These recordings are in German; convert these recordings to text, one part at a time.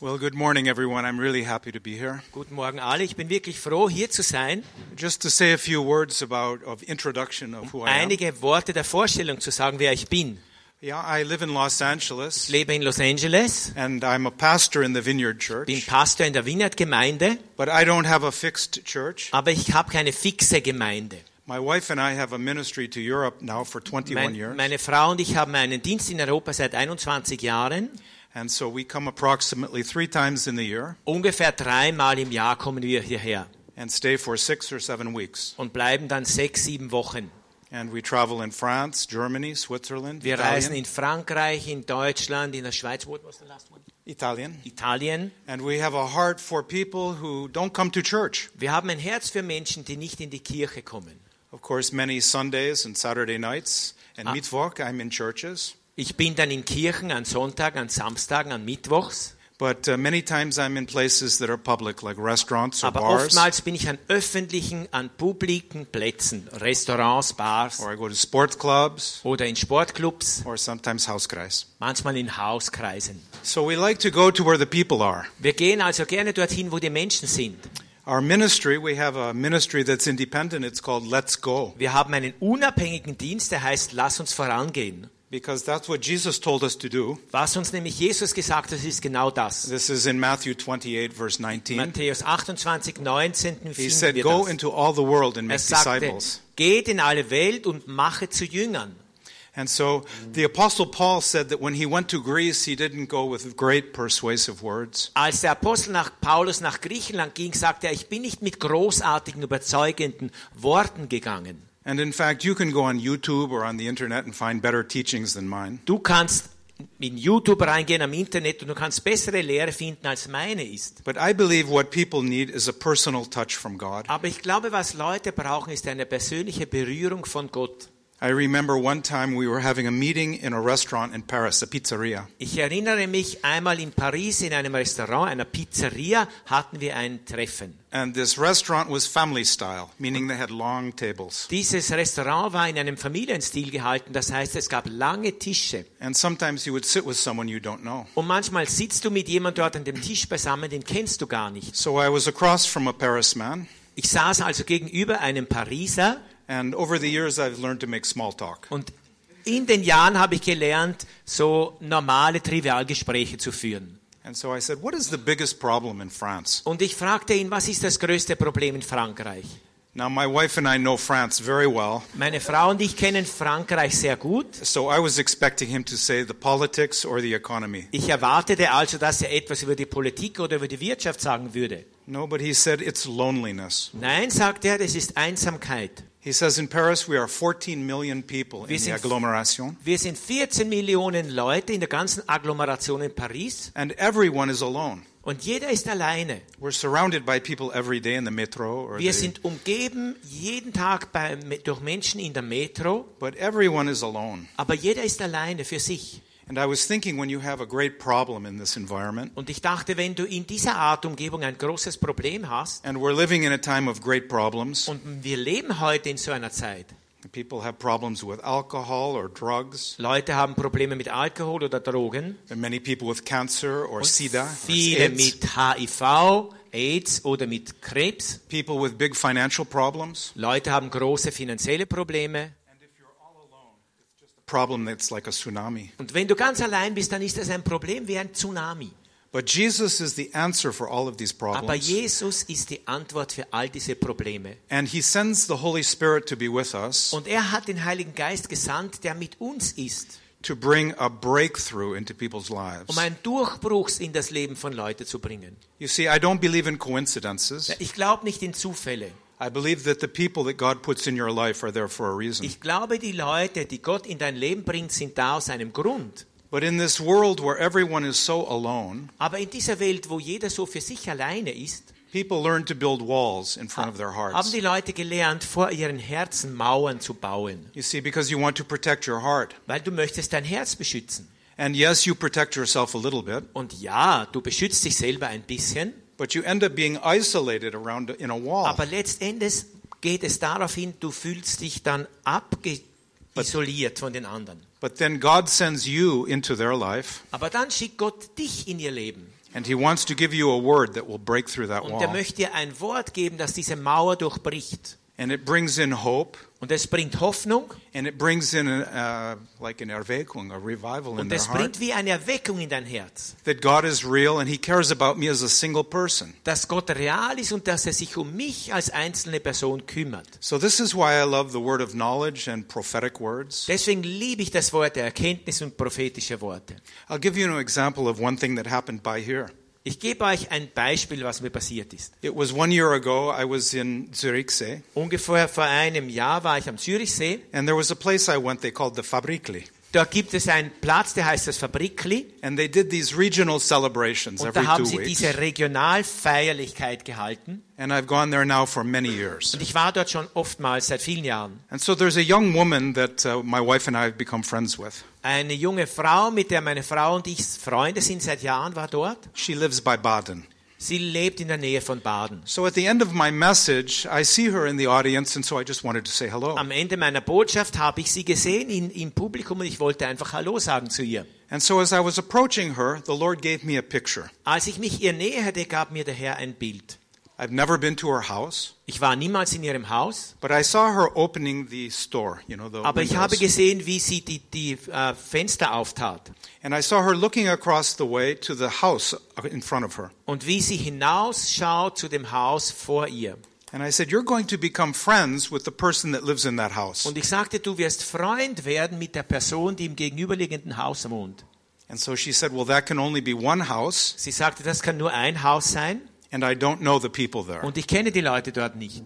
Well, good morning, everyone. I'm really happy to be here. Guten Morgen alle, ich bin wirklich froh, hier zu sein, Just to say a few words about of introduction of who I am. einige Worte der Vorstellung zu sagen, wer ich bin. Yeah, I live in Los Ich Angeles, lebe in Los Angeles, and I'm a pastor in the Vineyard bin Church. Pastor in der Vineyard-Gemeinde, But I don't have a fixed church. aber ich habe keine fixe Gemeinde. My wife and I have a ministry to Europe now for 21 Mein, years, meine Frau und ich haben einen Dienst in Europa seit 21 Jahren. and so we come approximately three times in the year Ungefähr dreimal im Jahr kommen wir hierher and stay for six or seven weeks. und bleiben dann sechs, sieben Wochen. And we travel in France, Germany, Switzerland, Wir reisen Italian, in Frankreich, in Deutschland, in der Schweiz, What was the last one? Italian. Italien. And we have a heart for people who don't come to church. Wir haben ein Herz für Menschen, die nicht in die Kirche kommen. Of course, many Sundays and Saturday nights and Ah. Mittwoch, I'm in churches. Ich bin dann in Kirchen an Sonntagen, an Samstagen, an Mittwochs, But uh, many times I'm in places that are public, like restaurants or aber bars, oftmals bin ich an öffentlichen, an publiken Plätzen, Restaurants, Bars or I go to sports clubs, oder in Sportclubs, or sometimes Hauskreis. manchmal in Hauskreisen. So we like to go to where the people are. Wir gehen also gerne dorthin, wo die Menschen sind. Our ministry, we have a ministry that's independent. It's called Let's Go, Wir haben einen unabhängigen Dienst, der heißt, lass uns vorangehen. because that's what Jesus told us to do. Was uns nämlich Jesus gesagt hat, ist genau das. This is in Matthew 28, verse 19. Matthäus 28, 19 He finden said, wir Go das. into all the world and make Er sagte, disciples. geht in alle Welt und mache zu Jüngern. And so the Apostle Paul said that when he went to Greece, he didn't go with great persuasive words. Als der Apostel nach Paulus nach Griechenland ging, sagte er, ich bin nicht mit großartigen, überzeugenden Worten gegangen. And in fact, you can go on YouTube or on the internet and find better teachings than mine. Du kannst in YouTube reingehen am Internet und du kannst bessere Lehre finden, als meine ist. But I believe what people need is a personal touch from God. Aber ich glaube, was Leute brauchen, ist eine persönliche Berührung von Gott. I remember one time we were having a meeting in a restaurant in Paris, a pizzeria. Ich erinnere mich einmal in Paris in einem Restaurant, einer Pizzeria, hatten wir ein Treffen. And this restaurant was family style, meaning they had long tables. Dieses Restaurant war in einem Familienstil gehalten, das heißt, es gab lange Tische. And sometimes you would sit with someone you don't know. Und manchmal sitzt du mit jemand dort an dem Tisch beisammen, den kennst du gar nicht. So I was across from a Paris man. Ich saß also gegenüber einem Pariser And over the years, I've learned to make small talk. und in den Jahren habe ich gelernt, so normale Trivialgespräche zu führen. And so I said, What is the biggest problem in France? Und ich fragte ihn, was ist das größte Problem in Frankreich? Now, my wife and I know France very well, Meine Frau und ich kennen Frankreich sehr gut. so I was expecting him to say the politics or the economy. Ich erwartete also, dass er etwas über die Politik oder über die Wirtschaft sagen würde. No, but he said it's loneliness. Nein, sagte er, das ist Einsamkeit. He says in Paris we are 14 million people in Wir the sind- agglomeration, Wir sind 14 Millionen Leute in der ganzen Agglomeration in Paris and everyone is alone. und jeder ist alleine. We're surrounded by people every day in the metro or Wir the- sind umgeben jeden Tag bei, durch Menschen in der Metro, but everyone is alone. aber jeder ist alleine für sich. And I was thinking when you have a great problem in this environment, Und ich dachte, wenn du in dieser Art Umgebung ein großes Problem hast, and we're living in a time of great problems. und wir leben heute in so einer Zeit, People have problems with alcohol or drugs. Leute haben Probleme mit Alkohol oder Drogen, There are many people with cancer or SIDA, or viele AIDS, mit HIV, AIDS oder mit Krebs, people with big financial problems. Leute haben große finanzielle Probleme. And if you're all alone, it's just a problem that's like a tsunami. Und wenn du ganz allein bist, dann ist das ein Problem wie ein Tsunami. But Jesus is the answer for all of these Aber problems. Jesus ist die Antwort für all diese Probleme. and he sends the Holy Spirit to be with us Und er hat den Heiligen Geist gesandt, der mit uns ist, to bring a breakthrough into people's lives. um einen Durchbruch in das Leben von Leuten zu bringen. you see, I don't believe in coincidences. Ich glaube nicht in Zufälle. I believe that the people that God puts in your life are there for a reason. Ich glaube, die Leute, die Gott in dein Leben bringt, sind da aus einem Grund. but in this world where everyone is so alone, Aber in dieser Welt, wo jeder so für sich alleine ist, people learn to build walls in front of their haben hearts. die Leute gelernt, vor ihren Herzen Mauern zu bauen, You see, because you want to protect your heart. weil du möchtest dein Herz beschützen. And yes, you protect yourself a little bit, Und ja, du beschützt dich selber ein bisschen, but you end up being isolated around in a wall. aber letztendlich geht es darauf hin, du fühlst dich dann abge isoliert von den anderen. but then God sends you into their life, Aber dann schickt Gott dich in ihr Leben And he wants to give you a word that will break through that Und er wall. möchte dir ein Wort geben, das diese Mauer durchbricht. And it brings in hope, Und es bringt Hoffnung and it brings in uh, like an erweckung, a revival in und their es heart. bringt wie eine Erweckung in dein Herz, That God is real and he cares about me as a single person. dass Gott real ist und dass er sich um mich als einzelne Person kümmert. So this is why I love the word of knowledge and prophetic words. Deswegen liebe ich das Wort der Erkenntnis und prophetische Worte. I'll give you an example of one thing that happened by here. Ich gebe euch ein Beispiel, was mir passiert ist. It was one year ago, I was in Zürichsee, Ungefähr vor einem Jahr war ich am Zürichsee. and there was a place I went they called the Fabrikli. Da gibt es einen Platz, der heißt das Fabrikli. And they did these regional celebrations Und every da haben two sie weeks. diese Regionalfeierlichkeit gehalten. And I've gone there now for many years. Und ich war dort schon oftmals seit vielen Jahren. And so there's a young woman that uh, my wife and I have become friends with. Eine junge Frau, mit der meine Frau und ich Freunde sind seit Jahren, war dort. She lives by Baden. Sie lebt in der Nähe von Baden. So at the end of my message, I see her in the audience, and so I just wanted to say hello. Am Ende meiner Botschaft habe ich sie gesehen in, im Publikum und ich wollte einfach Hallo sagen zu ihr. and so as I was approaching her, the Lord gave me a picture. Als ich mich ihr näherte, gab mir der Herr ein Bild. I've never been to her house, Ich war niemals in ihrem Haus, but I saw her opening the store, you know, the aber ich habe windows. gesehen, wie sie die, die äh, Fenster auftat and I saw her looking across the way to the house uh, in front of her. und wie sie hinausschaut zu dem Haus vor ihr. And I said, "You're going to become friends with the person that lives in that house." Und ich sagte, du wirst Freund werden mit der Person, die im gegenüberliegenden Haus wohnt. and so she said, "Well, that can only be one house, Sie sagte, das kann nur ein Haus sein and I don't know the people there." und ich kenne die Leute dort nicht.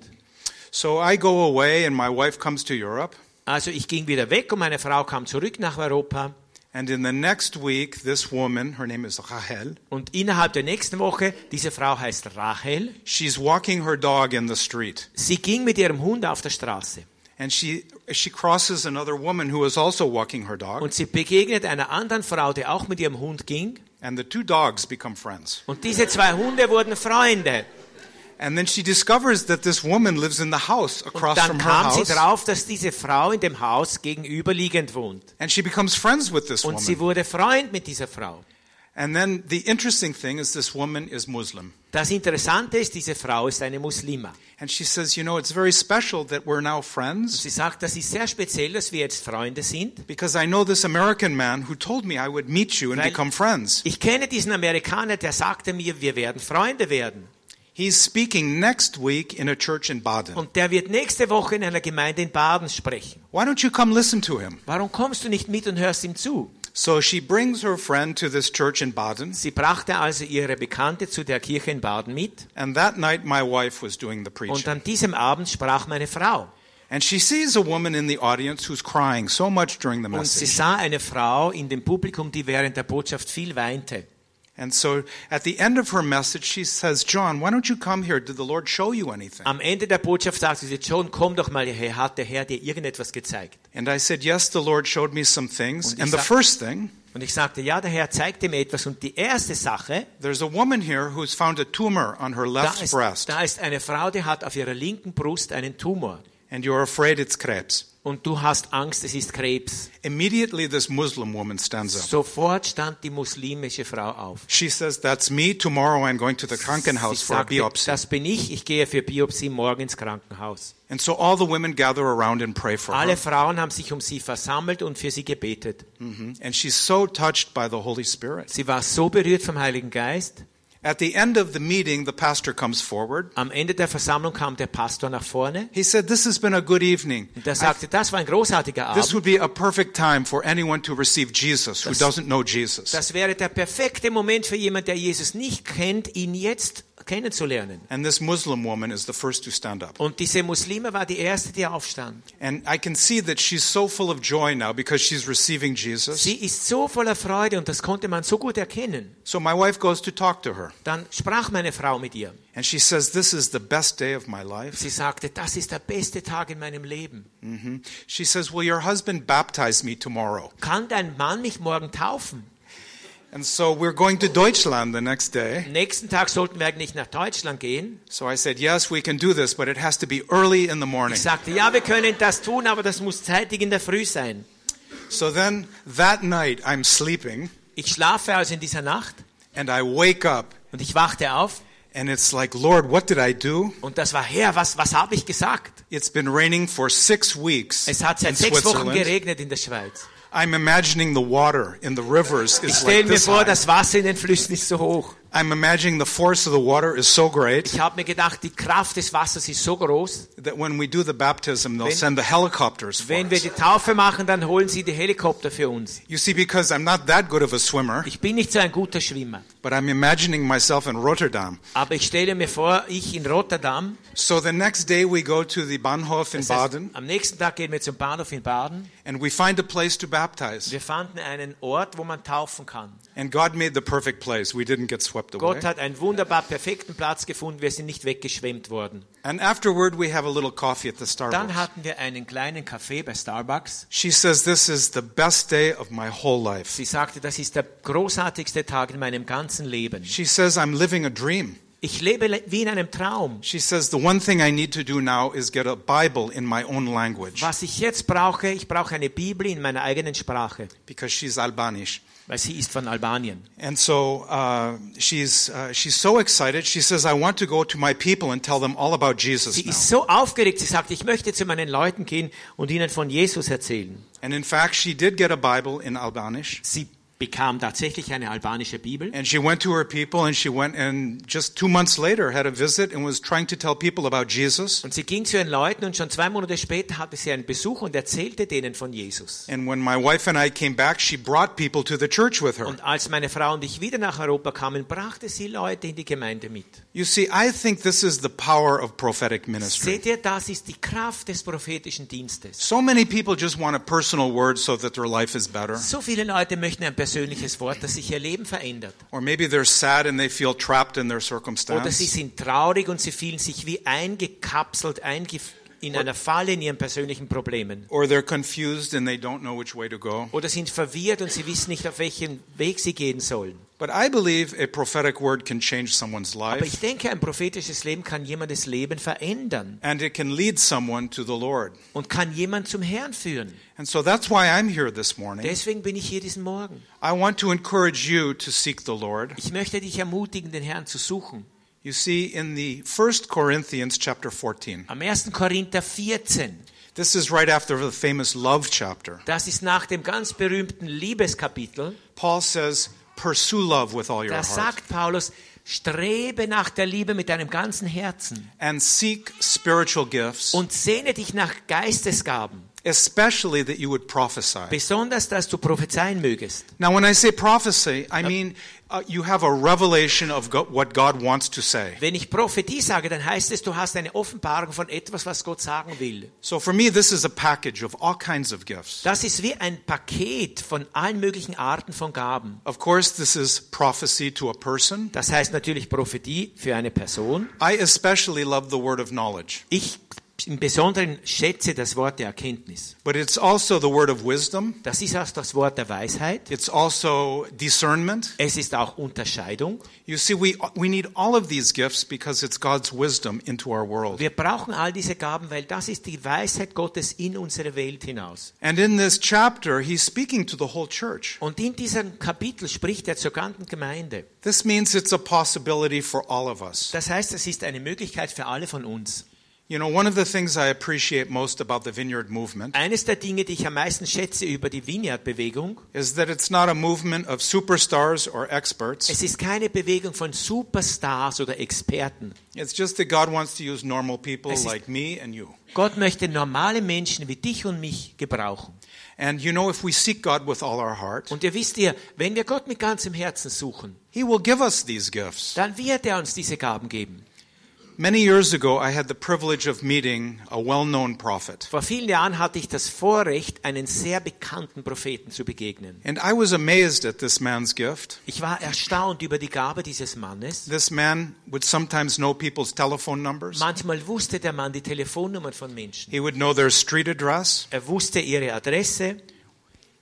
So I go away, and my wife comes to Europe. Also ich ging wieder weg und meine Frau kam zurück nach Europa And in the next week, this woman, her name is Rahel, und innerhalb der nächsten Woche, diese Frau heißt Rahel, she's walking her dog in the street. sie ging mit ihrem Hund auf der Straße And she, she crosses another woman who is also walking her dog. und sie begegnet einer anderen Frau, die auch mit ihrem Hund ging And the two dogs become friends. und diese zwei Hunde wurden Freunde. And then she discovers that this woman lives in the house Und across dann from her kam sie house. drauf, dass diese Frau in dem Haus gegenüberliegend wohnt And she becomes friends with this und woman. sie wurde Freund mit dieser Frau. And then the interesting thing is this woman is Muslim. Das Interessante ist, diese Frau ist eine Muslima. And she says, You know, it's very special that we're now friends Sie sagt, das ist sehr speziell, dass wir jetzt Freunde sind. because I know this American man who told me I would meet you and Weil- become friends. Ich kenne diesen Amerikaner, der sagte mir, wir werden Freunde werden. He's speaking next week in a church in Baden. Und der wird nächste Woche in einer Gemeinde in Baden sprechen. Why don't you come listen to him? Warum kommst du nicht mit und hörst ihm zu? So she brings her friend to this church in Baden, Sie brachte also ihre Bekannte zu der Kirche in Baden mit. and that night my wife was doing the Und preaching. an diesem Abend sprach meine Frau. And she sees a woman in the audience who's crying so much during the Und sie message. sah eine Frau in dem Publikum, die während der Botschaft viel weinte. And so at the end of her message, she says, John, why don't you come here? Did the Lord show you anything? Am Ende der Botschaft sagte sie, John, komm doch mal hierher, hat der Herr dir irgendetwas gezeigt? And I said, Yes, the Lord showed me some things. Und And ich the sag- first thing, Und ich sagte, ja, der Herr zeigte mir etwas. Und die erste Sache, there's a woman here who's found a tumor on her da left ist, breast, da ist eine Frau, die hat auf ihrer linken Brust einen Tumor. and you're afraid it's Krebs. Und du hast Angst, es ist Krebs. Immediately, this Muslim woman stands up. Sofort stand die muslimische Frau auf. She says, That's me. Tomorrow I'm going to the Sie Krankenhaus for a sagte, biopsy. das bin ich, ich gehe für Biopsie morgen ins Krankenhaus. And so all the women gather around and pray for Alle her. Frauen haben sich um sie versammelt und für sie gebetet. Mhm. And she's so touched by the Holy Spirit. Sie war so berührt vom Heiligen Geist. At the end of the meeting, the pastor comes forward. Am Ende der Versammlung kam der Pastor nach vorne He said, This has been a good evening. und er sagte, das war ein großartiger This Abend. would be a perfect time for anyone to receive Jesus who Das- doesn't know Jesus. Das wäre der perfekte Moment für jemand, der Jesus nicht kennt, ihn jetzt kennenzulernen. And this Muslim woman is the first to stand up. Und diese Muslime war die erste, die aufstand. And I can see that she's so full of joy now because she's receiving Jesus. Sie ist so voller Freude und das konnte man so gut erkennen. So my wife goes to talk to her. Dann sprach meine Frau mit ihr. And she says, This is the best day of my life. Sie sagte, das ist der beste Tag in meinem Leben. hmm She says, Will your husband baptize me tomorrow? Kann dein Mann mich morgen taufen? And so we're going to Deutschland the next day. Am nächsten Tag sollten wir eigentlich nach Deutschland gehen. So I said, Yes, we can do this, but it has to be early in the morning. Ich sagte, ja, wir können das tun, aber das muss zeitig in der Früh sein. So then that night, I'm sleeping, Ich schlafe also in dieser Nacht And I wake up Und ich wachte auf and it's like, Lord, what did I do? und das war, Herr, was, was habe ich gesagt? It's been raining for six weeks Es hat in seit sechs Wochen Switzerland. geregnet in der Schweiz. I'm imagining the water in the rivers Ich is stelle like mir this vor, high. das Wasser in den Flüssen ist so hoch. I'm imagining the force of the water is so great Ich habe mir gedacht, die Kraft des Wassers ist so groß. that when we do the baptism, they'll Wenn- send the helicopters for Wenn wir us. die Taufe machen, dann holen sie die Helikopter für uns. You see, because I'm not that good of a swimmer, Ich bin nicht so ein guter Schwimmer, but I'm imagining myself in Rotterdam. aber ich stelle mir vor, ich in Rotterdam, So the next day we go to the Bahnhof in das heißt, Baden am nächsten Tag gehen wir zum Bahnhof in Baden. and we find a place to baptize. Wir fanden einen Ort, wo man taufen kann. And God made the perfect place. We didn't get swept away. Gott hat einen wunderbar perfekten Platz gefunden, wir sind nicht weggeschwemmt worden. And afterward we have a little coffee at the Dann Starbucks. hatten wir einen kleinen Kaffee bei Starbucks. She says this is the best day of my whole life. Sie sagte, das ist der großartigste Tag in meinem ganzen Leben. She says I'm living a dream. Ich lebe le- wie in einem Traum. She says the one thing I need to do now is get a Bible in my own language Was ich jetzt brauche, ich brauche eine Bibel in meiner eigenen Sprache, because she's Albanish. weil sie ist von Albanien. And so uh, she's uh, she's so excited. She says, "I want to go to my people and tell them all about Jesus." Sie Now. ist so aufgeregt, sie sagt, ich möchte zu meinen Leuten gehen und ihnen von Jesus erzählen. And in fact, she did get a Bible in Albanish, Sie bekam tatsächlich eine albanische Bibel and she went to her people, and she went and just two months later had a visit and was trying to tell people about Jesus. und sie ging zu ihren Leuten und schon zwei Monate später hatte sie einen Besuch und erzählte denen von Jesus. And when my wife and I came back, she brought people to the church with her. Und als meine Frau und ich wieder nach Europa kamen, brachte sie Leute in die Gemeinde mit. You see, I think this is the power of prophetic ministry. Seht ihr, das ist die Kraft des prophetischen Dienstes. So many people just want a personal word so that their life is better. So viele Leute möchten ein persönliches Wort, dass sich ihr Leben verändert. Or maybe they're sad and they feel trapped in their Oder sie circumstance. sind traurig und sie fühlen sich wie eingekapselt eingef in einer Falle in ihren persönlichen Problemen. Or they're confused and they don't know which way to go. Oder sind verwirrt und sie wissen nicht, auf welchen Weg sie gehen sollen. But I believe a prophetic word can change someone's Aber ich life denke, ein prophetisches Leben kann jemandes Leben verändern and it can lead someone to the Lord. und kann jemand zum Herrn führen. And so that's why I'm here this morning. Deswegen bin ich hier diesen Morgen. I want to encourage you to seek the Lord. Ich möchte dich ermutigen, den Herrn zu suchen. You see, in the First Corinthians chapter 14, Am 1. Korinther 14, this is right after the famous love chapter. das ist nach dem ganz berühmten Liebeskapitel, Paul says, Pursue love with all your da heart sagt Paulus, strebe nach der Liebe mit deinem ganzen Herzen. and seek spiritual gifts, und sehne dich nach Geistesgaben, especially that you would prophesy. besonders dass du prophezeien mögest. Now, when I say prophecy, I mean uh, you have a revelation of go- what God wants to say. Wenn ich Prophetie sage, dann heißt es, du hast eine Offenbarung von etwas, was Gott sagen will. So for me, this is a package of all kinds of gifts. Das ist wie ein Paket von allen möglichen Arten von Gaben. Of course, this is prophecy to a person. Das heißt natürlich Prophetie für eine Person. I especially love the word of knowledge, Ich im Besonderen schätze das Wort der Erkenntnis. but it's also the word of wisdom. Das ist auch das Wort der Weisheit. It's also discernment. Es ist auch Unterscheidung. You see, we, we need all of these gifts because it's God's wisdom into our world. Wir brauchen all diese Gaben, weil das ist die Weisheit Gottes in unsere Welt hinaus. And in this chapter, he's speaking to the whole church. Und in diesem Kapitel spricht er zur ganzen Gemeinde. This means it's a possibility for all of us. Das heißt, es ist eine Möglichkeit für alle von uns. You know, one of the things I appreciate most about the Vineyard movement Eines der Dinge, die ich am meisten schätze über die Vineyard-Bewegung, is that it's not a movement of superstars or experts. es ist keine Bewegung von Superstars oder Experten. It's just that God wants to use normal people Es ist- like me and you. Gott möchte normale Menschen wie dich und mich gebrauchen. And you know, if we seek God with all our heart, Und ihr wisst ja, wenn wir Gott mit ganzem Herzen suchen, He will give us these gifts. dann wird er uns diese Gaben geben. Many years ago, I had the privilege of meeting a well known prophet. Vor vielen Jahren hatte ich das Vorrecht, einen sehr bekannten Propheten zu begegnen. And I was amazed at this man's gift. Ich war erstaunt über die Gabe dieses Mannes. This man would sometimes know people's telephone numbers, Manchmal wusste der Mann die Telefonnummern von Menschen. he would know their street address, Er wusste ihre Adresse.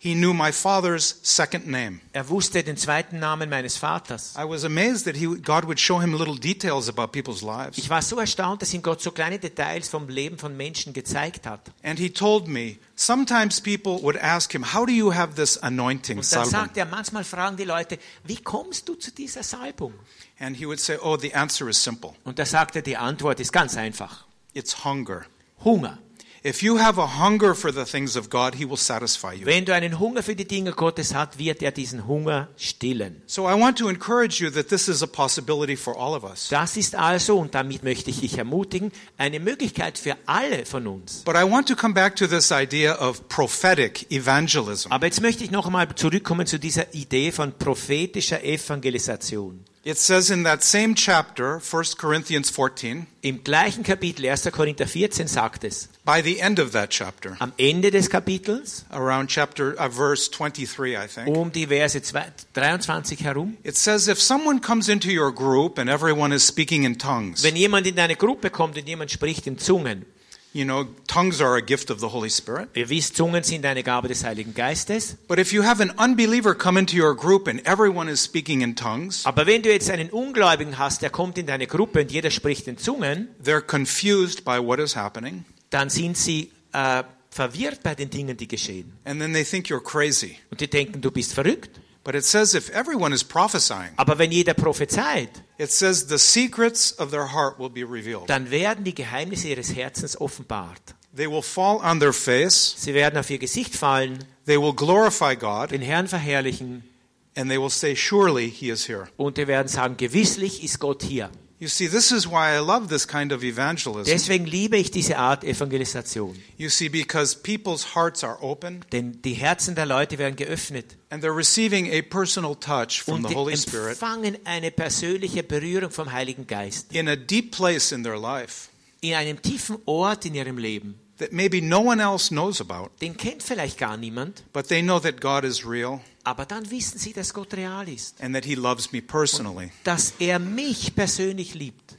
He knew my father's second name. Er wusste den zweiten Namen meines Vaters. I was amazed that he, God would show him little details about people's lives. Ich war so erstaunt, dass ihm Gott so kleine Details vom Leben von Menschen gezeigt hat. And he told me, sometimes people would ask him, How do you have this anointing, Und dann Salmon? sagt er, manchmal fragen die Leute, wie kommst du zu dieser Salbung? And he would say, Oh, the answer is simple Und da sagt er, die Antwort ist ganz einfach. it's hunger. Hunger. If you have a hunger for the things of God, he will satisfy you. Wenn du einen Hunger für die Dinge Gottes hast, wird er diesen Hunger stillen. So I want to encourage you that this is a possibility for all of us. Das ist also, und damit möchte ich dich ermutigen, eine Möglichkeit für alle von uns. But I want to come back to this idea of prophetic evangelism. Aber jetzt möchte ich noch einmal zurückkommen zu dieser Idee von prophetischer Evangelisation. It says in that same chapter, 1 Corinthians 14, Im gleichen Kapitel 1. Korinther 14 sagt es, by the end of that chapter, am Ende des Kapitels, around chapter uh, verse 23, I think. um die Verse 2 23 herum, It says if someone comes into your group and everyone is speaking in tongues, wenn jemand in deine Gruppe kommt und jemand spricht in Zungen, you know, tongues are a gift of the Holy Spirit. ihr wisst, Zungen sind eine Gabe des Heiligen Geistes, But if you have an unbeliever come into your group and everyone is speaking in tongues, aber wenn du jetzt einen Ungläubigen hast, der kommt in deine Gruppe und jeder spricht in Zungen, they're confused by what is happening dann sind sie äh, verwirrt bei den Dingen, die geschehen. and then they think you're crazy. Und die denken, du bist verrückt. But it says if everyone is prophesying, Aber wenn jeder prophezeit, it says the secrets of their heart will be revealed. dann werden die Geheimnisse ihres Herzens offenbart. They will fall on their face, Sie werden auf ihr Gesicht fallen, they will glorify God, den Herrn verherrlichen and they will say, Surely he is here. und die werden sagen, gewisslich ist Gott hier. You see, this is why I love this kind of evangelism. Deswegen liebe ich diese Art Evangelisation, You see, because people's hearts are open denn die Herzen der Leute werden geöffnet and they're receiving a personal touch from und the die Holy Spirit empfangen eine persönliche Berührung vom Heiligen Geist in a deep place in their life in einem tiefen Ort in ihrem Leben. that maybe no one else knows about, Den kennt vielleicht gar niemand, but they know that God is real aber dann wissen sie, dass Gott real ist, and that He loves me personally. dass er mich persönlich liebt.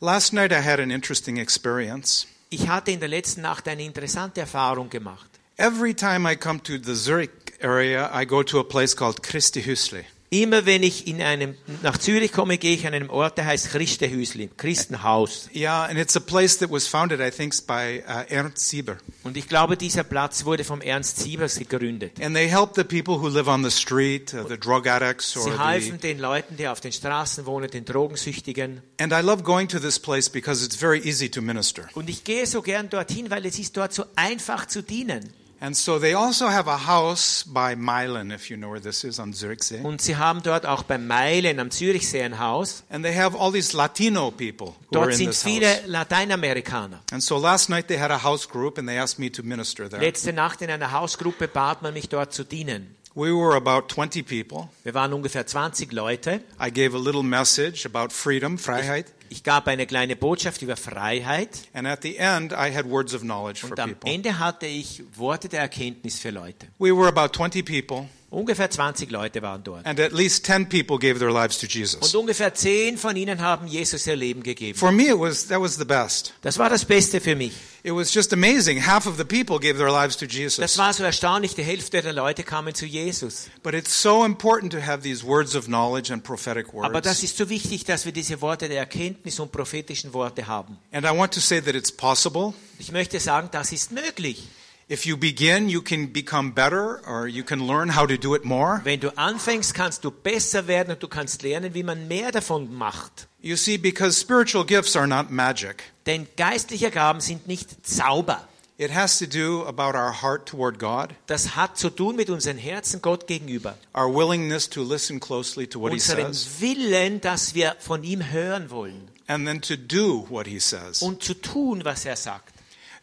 Last night I had an interesting experience. Ich hatte in der letzten Nacht eine interessante Erfahrung gemacht. Every time I come to the Zurich area, I go to a place called Christihüsli. Immer wenn ich in einem, nach Zürich komme, gehe ich an einem Ort, der heißt Christehüsli, Christenhaus. Yeah, and it's a place that was founded, I think, by uh, Ernst Sieber. Und ich glaube, dieser Platz wurde vom Ernst Siebers gegründet. And they help the people who live on the street, uh, the drug addicts, or Sie the halfen den Leuten, die auf den Straßen wohnen, den Drogensüchtigen. And I love going to this place because it's very easy to minister. Und ich gehe so gern dorthin, weil es ist dort so einfach zu dienen. And so they also have a house by Milan, if you know where this is, on Zürichsee. Und sie haben dort auch bei Meilen am Zürichsee ein Haus. And they have all these Latino people who are Dort in sind this viele house. Lateinamerikaner. And so last night they had a house group and they asked me to minister there. Letzte Nacht in einer Hausgruppe bat man mich dort zu dienen. We were about 20 people. Wir waren ungefähr 20 Leute. I gave a little message about freedom, Freiheit. Ich gab eine kleine Botschaft über Freiheit. And at the end, I had words of knowledge for Und am people. Ende hatte ich Worte der Erkenntnis für Leute. We were about 20 people, Ungefähr 20 Leute waren dort. and at least 10 people gave their lives to Und Jesus. ungefähr 10 von ihnen haben Jesus ihr Leben gegeben. For me, it was, that was the best. Das war das Beste für mich. It was just amazing. Half of the people gave their lives to Das Jesus. war so erstaunlich, die Hälfte der Leute kamen zu Jesus. But it's so important to have these words of knowledge and prophetic Aber das words. ist so wichtig, dass wir diese Worte der Erkenntnis und prophetischen Worte haben. And I want to say that it's possible. Ich möchte sagen, das ist möglich. If you begin, you can become better or you can learn how to do it more. Wenn du anfängst, kannst du besser werden und du kannst lernen, wie man mehr davon macht. You see, because spiritual gifts are not magic. Denn geistliche Gaben sind nicht Zauber. It has to do about our heart toward God, Das hat zu tun mit unseren Herzen Gott gegenüber. our willingness to listen closely to what He unseren says, Willen, dass wir von ihm hören wollen and then to do what He says. und zu tun, was er sagt.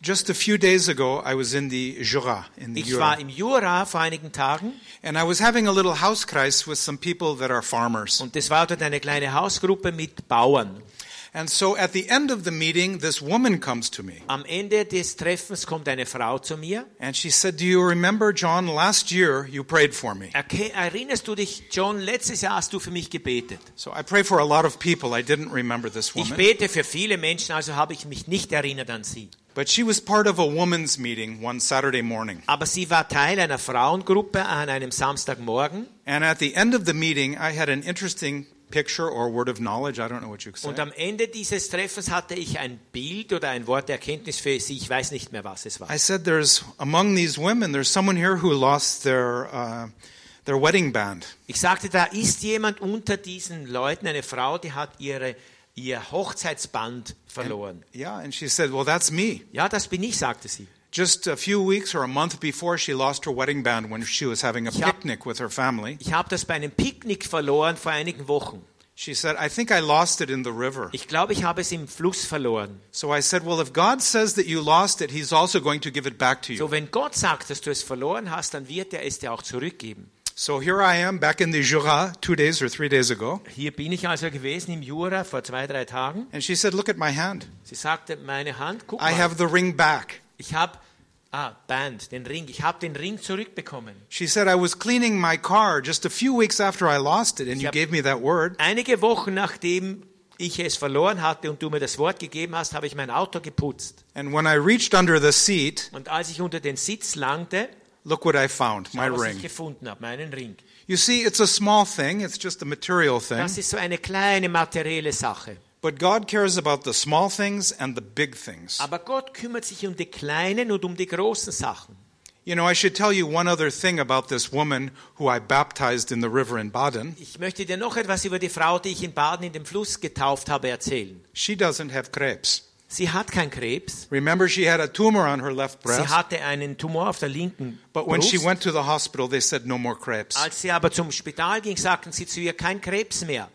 Just a few days ago, I was in the Jura, in the Ich Jura, war im Jura vor einigen Tagen and I was having a little house Hauskreis with some people that are farmers. und es war dort eine kleine Hausgruppe mit Bauern. And so at the end of the meeting, this woman comes to me Am Ende des Treffens kommt eine Frau zu mir. and she said, Do you remember, John, last year you prayed for me? Erke- Erinnerst du dich, John, letztes Jahr hast du für mich gebetet. So I pray for a lot of people. I didn't remember this Ich woman. bete für viele Menschen, also habe ich mich nicht erinnert an sie. But she was part of a woman's meeting one Saturday morning. Aber sie war Teil einer Frauengruppe an einem Samstagmorgen And at the end of the meeting, I had an interesting picture or word of knowledge. I don't know what you say. und am Ende dieses Treffens hatte ich ein Bild oder ein Wort der Erkenntnis für sie, ich weiß nicht mehr, was es war. I said, "There's among these women, there's someone here who lost their uh, their wedding band." Ich sagte, da ist jemand unter diesen Leuten, eine Frau, die hat ihre, ihr Hochzeitsband verloren. Yeah, and she said, "Well, that's me." Ja, das bin ich, sagte sie. Just a few weeks or a month before, she lost her wedding band when she was having a Yeah. picnic with her family. Ich habe das bei einem Picknick verloren vor einigen Wochen. She said, "I think I lost it in the river." Ich glaube, ich habe es im Fluss verloren. So I said, "Well, if God says that you lost it, He's also going to give it back to you." So, wenn Gott sagt, dass du es verloren hast, dann wird er es dir auch zurückgeben. So here I am, back in the Jura, two days or three days ago, Hier bin ich also gewesen im Jura vor zwei, drei Tagen. and she said, "Look at my hand. Sie sagte, meine Hand, guck I mal, have the ring back." ich habe, ah, Band, den Ring, ich habe den Ring zurückbekommen. She said, I was cleaning my car just a few weeks after I lost it, and you Yep. gave me that word. Einige Wochen nachdem ich es verloren hatte und du mir das Wort gegeben hast, habe ich mein Auto geputzt. And when I reached under the seat, Und als ich unter den Sitz langte, look what I found my schau, was ich ring. gefunden habe, meinen Ring. You see, it's a small thing, it's just a material thing. Das ist so eine kleine materielle Sache. But God cares about the small things and the big things. Aber Gott kümmert sich um die kleinen und um die großen Sachen. You know, I should tell you one other thing about this woman who I baptized in the river in Baden. Ich möchte dir noch etwas über die Frau, die ich in Baden in dem Fluss getauft habe, erzählen. She doesn't have crepes. Sie hat keinen Krebs. Remember, she had a tumor on her left Sie breast. hatte einen Tumor auf der linken But when she Brust. went to the hospital, they said no more crepes. Als sie aber zum Spital ging, sagten sie zu ihr, kein Krebs mehr.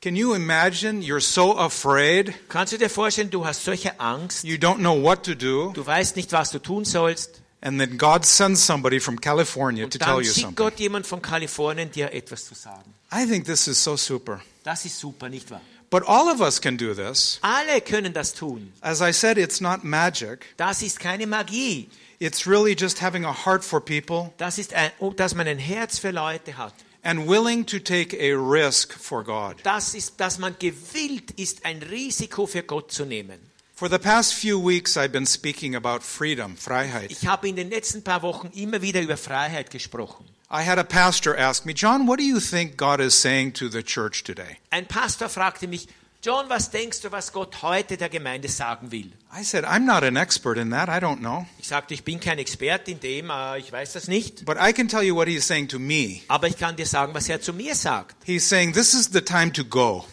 Can you imagine? You're so afraid. Kannst du dir vorstellen, du hast solche Angst, You don't know what to do. du weißt nicht, was du tun sollst. And then God sends somebody from California to Und tell dann you schickt something. Gott jemand von Kalifornien, dir etwas zu sagen. I think this is so super. Das ist super, nicht wahr? But all of us can do this. Alle können das tun. As I said, it's not magic. Das ist keine Magie. It's really just having a heart for people Das ist, ein, oh, dass man ein Herz für Leute hat. and willing to take a risk for God. Das ist, dass man gewillt ist, ein Risiko für Gott zu nehmen. For the past few weeks, I've been speaking about freedom, Freiheit. Ich habe in den letzten paar Wochen immer wieder über Freiheit gesprochen. I had a pastor ask me, John, what do you think God is saying to the church today? Ein Pastor fragte mich, John, was denkst du, was Gott heute der Gemeinde sagen will? I said, I'm not an expert in that. I don't know. Ich sagte, ich bin kein Experte in dem, äh, ich weiß das nicht. But I can tell you what he's saying to me. Aber ich kann dir sagen, was er zu mir sagt. He's saying, This is the time to go.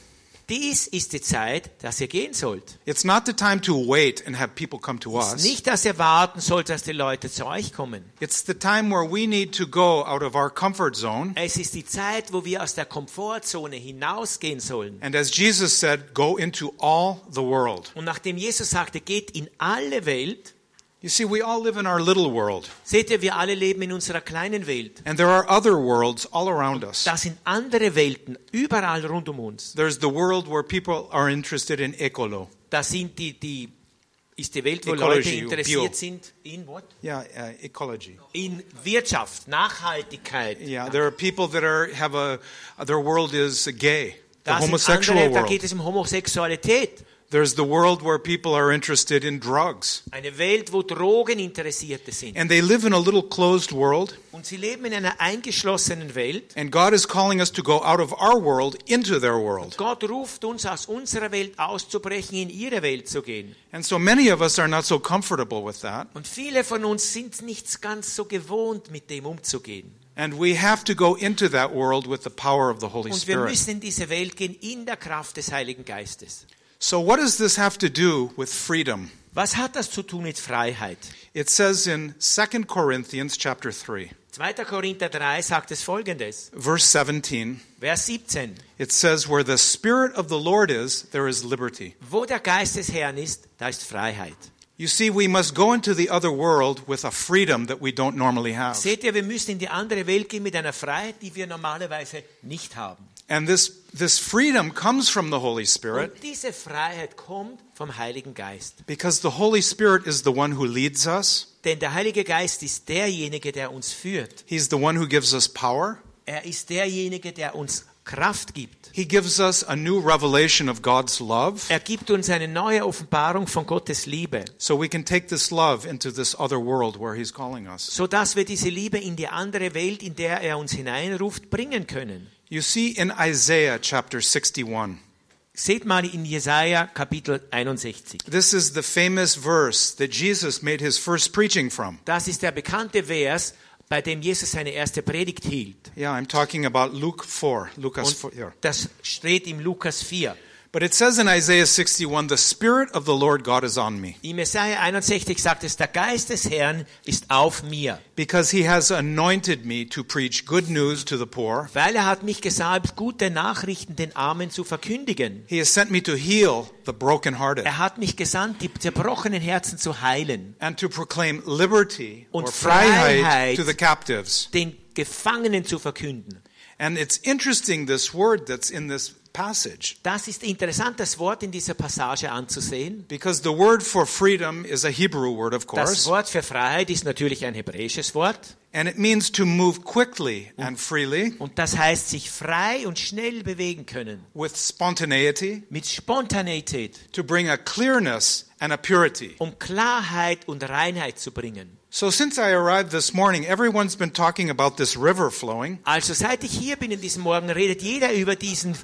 Dies ist die Zeit, dass ihr gehen sollt. It's not the time to wait and have people come to Es ist us. nicht, dass ihr warten sollt, dass die Leute zu euch kommen. It's the time where we need to go out of our comfort zone. Es ist die Zeit, wo wir aus der Komfortzone hinausgehen sollen. And as Jesus said, go into all the world. Und nachdem Jesus sagte, geht in alle Welt, You see, we all live in our little world, seht ihr, wir alle leben in unserer kleinen Welt. and there are other worlds all around us. Das sind andere Welten, überall rund um uns. There's the world where people are interested in ecolo. Das sind die, die ist die Welt, wo Ecology, Leute Bio. interessiert sind in what? Yeah, uh, ecology. In Wirtschaft, Nachhaltigkeit. Yeah, there are people that are have a their world is gay, the Da, sind homosexual andere, da geht world. es um Homosexualität. There's the world where people are interested in drugs. Eine Welt, wo Drogeninteressierte sind. And they live in a little closed world, Und sie leben in einer eingeschlossenen Welt. and God is calling us to go out of our world into their world. Gott ruft uns aus unserer Welt auszubrechen, in ihre Welt zu gehen. And so many of us are not so comfortable with that, Und viele von uns sind nicht ganz so gewohnt, mit dem umzugehen. and we have to go into that world with the power of the Holy Und wir Spirit. müssen in diese Welt gehen, in der Kraft des Heiligen Geistes. So what does this have to do with freedom? Was hat das zu tun mit Freiheit? It says in 2 Corinthians chapter 3, 2. Korinther 3 sagt es folgendes, verse 17. Vers 17. It says where the spirit of the Lord is, there is liberty. Wo der Geist des Herrn ist, da ist Freiheit. You see, we must go into the other world with a freedom that we don't normally have. Seht ihr, wir müssen in die andere Welt gehen mit einer Freiheit, die wir normalerweise nicht haben. And this, this freedom comes from the Holy Spirit Und diese Freiheit kommt vom Heiligen Geist. because the Holy Spirit is the one who leads us, Denn der Heilige Geist ist derjenige, der uns führt. He's the one who gives us power, Er ist derjenige, der uns Kraft gibt. He gives us a new revelation of God's love. Er gibt uns eine neue Offenbarung von Gottes Liebe, So we can take this love into this other world where He's calling us. so dass wir diese Liebe in die andere Welt, in der er uns hineinruft, bringen können. You see in Isaiah chapter 61, Seht mal in Jesaja Kapitel 61. this is the famous verse that Jesus made his first preaching from. Das ist der bekannte Vers, bei dem Jesus seine erste Predigt hielt. Yeah, I'm talking about Luke 4, Lucas Und 4. yeah. das steht im Lukas 4. But it says in Isaiah 61, the Spirit of the Lord God is on me Im Jesaja 61 sagt es, der Geist des Herrn ist auf mir, because he has anointed me to preach good news to the poor. weil er hat mich gesalbt, gute Nachrichten den Armen zu verkündigen. He has sent me to heal the brokenhearted Er hat mich gesandt, die zerbrochenen Herzen zu heilen, and to proclaim liberty or Und Freiheit Freiheit. to the captives. den Gefangenen zu verkünden. And it's interesting this word that's in this passage Das ist interessant, das Wort in dieser Passage anzusehen. because the word for freedom is a Hebrew word, of Das course, Wort für Freiheit ist natürlich ein hebräisches Wort and it means to move quickly and freely und das heißt sich frei und schnell bewegen können, with spontaneity mit Spontaneität, to bring a clearness and a purity. um Klarheit und Reinheit zu bringen. So since I arrived this morning, everyone's been talking about this river flowing, Also seit ich hier bin in diesem Morgen, redet jeder über diesen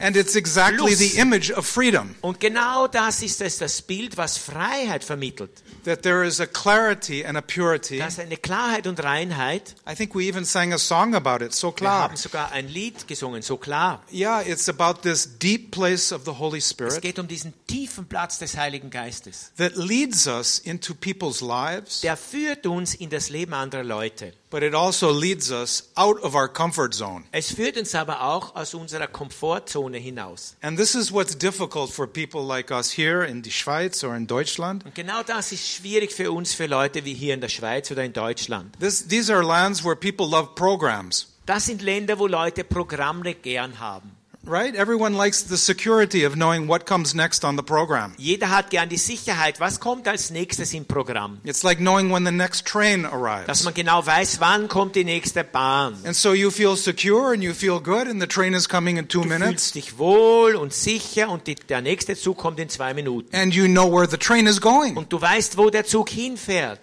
and it's exactly Fluss. the image of freedom und genau das ist es, das Bild, was Freiheit vermittelt. that there is a clarity and a purity. Das ist eine Klarheit und Reinheit. I think we even sang a song about it, so Wir klar. haben sogar ein Lied gesungen, so klar. Yeah, it's about this deep place of the Holy Es Spirit. geht um diesen tiefen Platz des Heiligen Geistes. that leads us into people's lives, Der führt uns in das Leben anderer Leute. but it also leads us out of our comfort zone. Es führt uns aber auch aus unserer Komfortzone hinaus. And this is what's difficult for people like us here in the Schweiz or in Deutschland. Und genau das ist schwierig für uns, für Leute wie hier in der Schweiz oder in Deutschland. This, these are lands where people love programs, Das sind Länder, wo Leute Programme gern haben. right? Everyone likes the security of knowing what comes next on the program. Jeder hat gern die Sicherheit, was kommt als nächstes im Programm. It's like knowing when the next train Dass arrives. man genau weiß, wann kommt die nächste Bahn. And so you feel secure and you feel good, and the train is coming in two Du fühlst minutes, dich wohl und sicher und die, der nächste Zug kommt in zwei Minuten. and you know where the train is going. Und du weißt, wo der Zug hinfährt.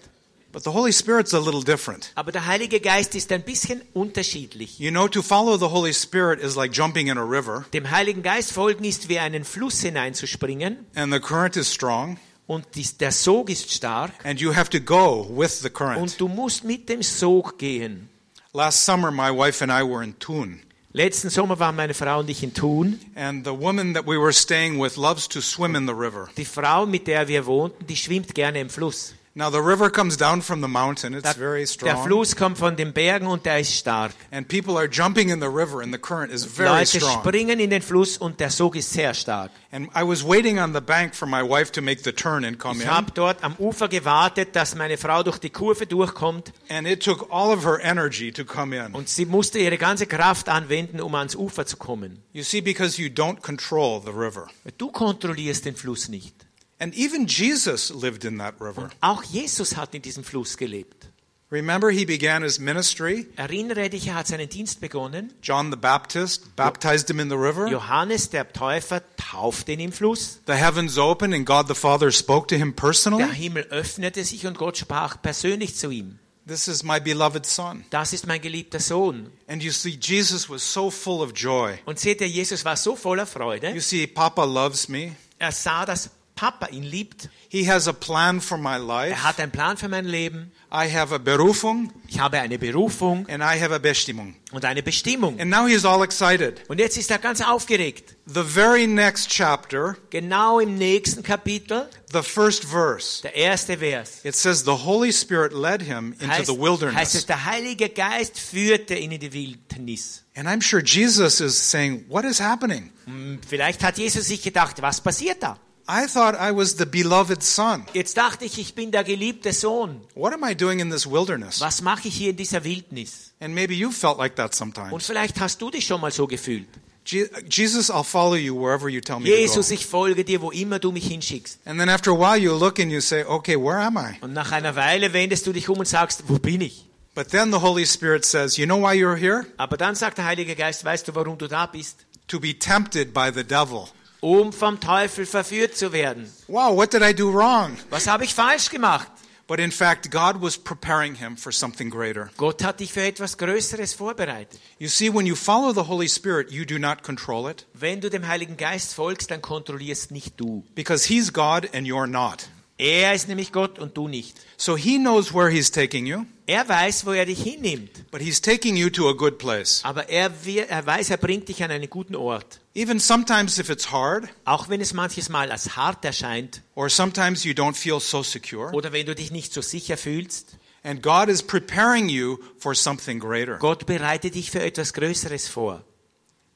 But the Holy Spirit's a little different. Aber der Heilige Geist ist ein bisschen unterschiedlich. You know, to follow the Holy Spirit is like jumping in a river. Dem Heiligen Geist folgen ist wie einen Fluss hineinzuspringen and the current is strong, und dies, der Sog ist stark and you have to go with the current. und du musst mit dem Sog gehen. Last summer, my wife and I were in Thun, Letzten Sommer waren meine Frau und ich in Thun. and the woman that we were staying with loves to swim in the river. Die Frau, mit der wir wohnten, die schwimmt gerne im Fluss. Now, the river comes down from the mountain, it's Der, very der strong, Fluss kommt von den Bergen und der ist stark. and people are jumping in the river, and the current is very Leute strong. springen in den Fluss und der Sog ist sehr stark. And I was waiting on the bank for my wife to make the turn and come Ich in, habe dort am Ufer gewartet, dass meine Frau durch die Kurve durchkommt and it took all of her energy to come in. und sie musste ihre ganze Kraft anwenden, um ans Ufer zu kommen. You see, because you don't control the river. Du kontrollierst den Fluss nicht. And even Jesus lived in that river. Auch Jesus hat in diesem Fluss gelebt. Remember, he began his ministry Erinnere dich, er hat seinen Dienst begonnen. John the Baptist baptized him in the river. Johannes der Täufer taufte ihn im Fluss. The heavens opened and God the Father spoke to him Der personally. Himmel öffnete sich und Gott sprach persönlich zu ihm. This is my beloved son. Das ist mein geliebter Sohn. And you see, Jesus was so full of joy. Und seht ihr, Jesus war so voller Freude. You see, Papa loves me. Er sah, dass Papa ihn liebt. He has a plan for my life. Er hat einen Plan für mein Leben. I have a Berufung Ich habe eine Berufung and I have a Bestimmung. und eine Bestimmung. And now he's all excited. Und jetzt ist er ganz aufgeregt. The very next chapter, Genau im nächsten Kapitel, the first verse, der erste Vers. it says, The Holy Spirit led him into heißt, the heißt es, wilderness. der Heilige Geist führte ihn in die Wildnis. And I'm sure Jesus is saying, What is happening? Hm, Vielleicht hat Jesus sich gedacht, was passiert da? I thought I was the beloved son. Jetzt dachte ich, ich bin der geliebte Sohn. What am I doing in this wilderness? Was mache ich hier in dieser Wildnis? And maybe you felt like that Und sometimes. vielleicht hast du dich schon mal so gefühlt. Je- Jesus, I'll follow you wherever you tell me Jesus, to go. ich folge dir, wo immer du mich hinschickst. And then after a while, you look and you say, okay, where am I? Und nach einer Weile wendest du dich um und sagst, wo bin ich? But then the Holy Spirit says, you know why you're here? Aber dann sagt der Heilige Geist, weißt du, warum du da bist? To be tempted by the devil. Um vom Teufel verführt zu werden. Wow, what did I do wrong? Was habe ich falsch gemacht? But in fact, God was preparing him for something greater. Gott hat dich für etwas Größeres vorbereitet. You see, when you follow the Holy Spirit, you do not control it Wenn du dem Heiligen Geist folgst, dann kontrollierst nicht du. because he's God and you're not. Er ist nämlich Gott und du nicht. So he knows where he's taking you, Er weiß, wo er dich hinnimmt. but he's taking you to a good place. Aber er, wir- er weiß, er bringt dich an einen guten Ort. Even sometimes if it's hard Auch wenn es manches Mal als hart erscheint or sometimes you don't feel so secure. oder wenn du dich nicht so sicher fühlst, And God is preparing you for something greater. Gott bereitet dich für etwas Größeres vor.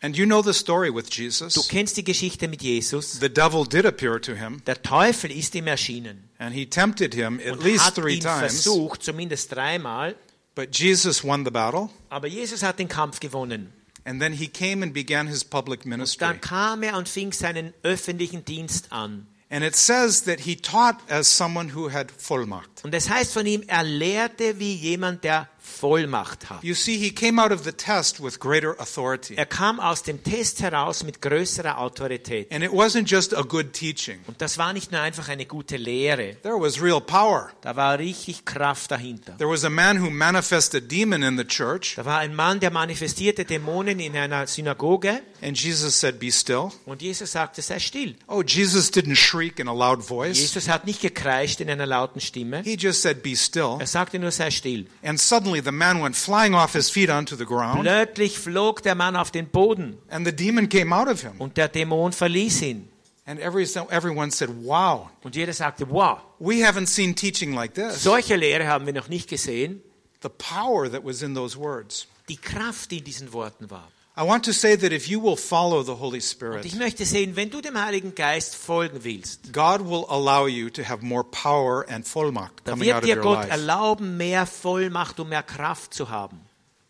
And you know the story with Du Jesus. kennst die Geschichte mit Jesus. The devil did appear to him Der Teufel ist ihm erschienen and he tempted him at und least hat ihn three times. versucht, zumindest dreimal. But Jesus won the battle Aber Jesus hat den Kampf gewonnen. and then he came and began his public ministry. Dann kam er und fing seinen öffentlichen Dienst an. And it says that he taught as someone who had Vollmacht. Und das heißt von ihm, er lehrte wie jemand, der Vollmacht hat. You see, he came out of the test with greater authority. Er kam aus dem Test heraus mit größerer Autorität. And it wasn't just a good teaching, Und das war nicht nur einfach eine gute Lehre, there was real power. da war richtig Kraft dahinter. There was a man who manifested a demon in the church, Da war ein Mann, der manifestierte Dämonen in einer Synagoge and Jesus said, Be still. und Jesus sagte, sei still. Oh, Jesus didn't shriek in a loud voice. Jesus hat nicht gekreischt in einer lauten Stimme. He just said, Be still. Er sagte nur, sei still. And suddenly the man went flying off his feet onto the ground, Plötzlich flog der Mann auf den Boden and the demon came out of him. und der Dämon verließ ihn. And every, everyone said, Wow, Und jeder sagte, wow, we haven't seen teaching like this. solche Lehre haben wir noch nicht gesehen. The power that was in those words. Die Kraft, die in diesen Worten war. I want to say that if you will follow the Holy Und ich Spirit, möchte sehen, wenn du dem Heiligen Geist folgen willst, God will allow you to have more power and Vollmacht Da coming out wird of dir your Gott life. erlauben, mehr Vollmacht und mehr Kraft zu haben.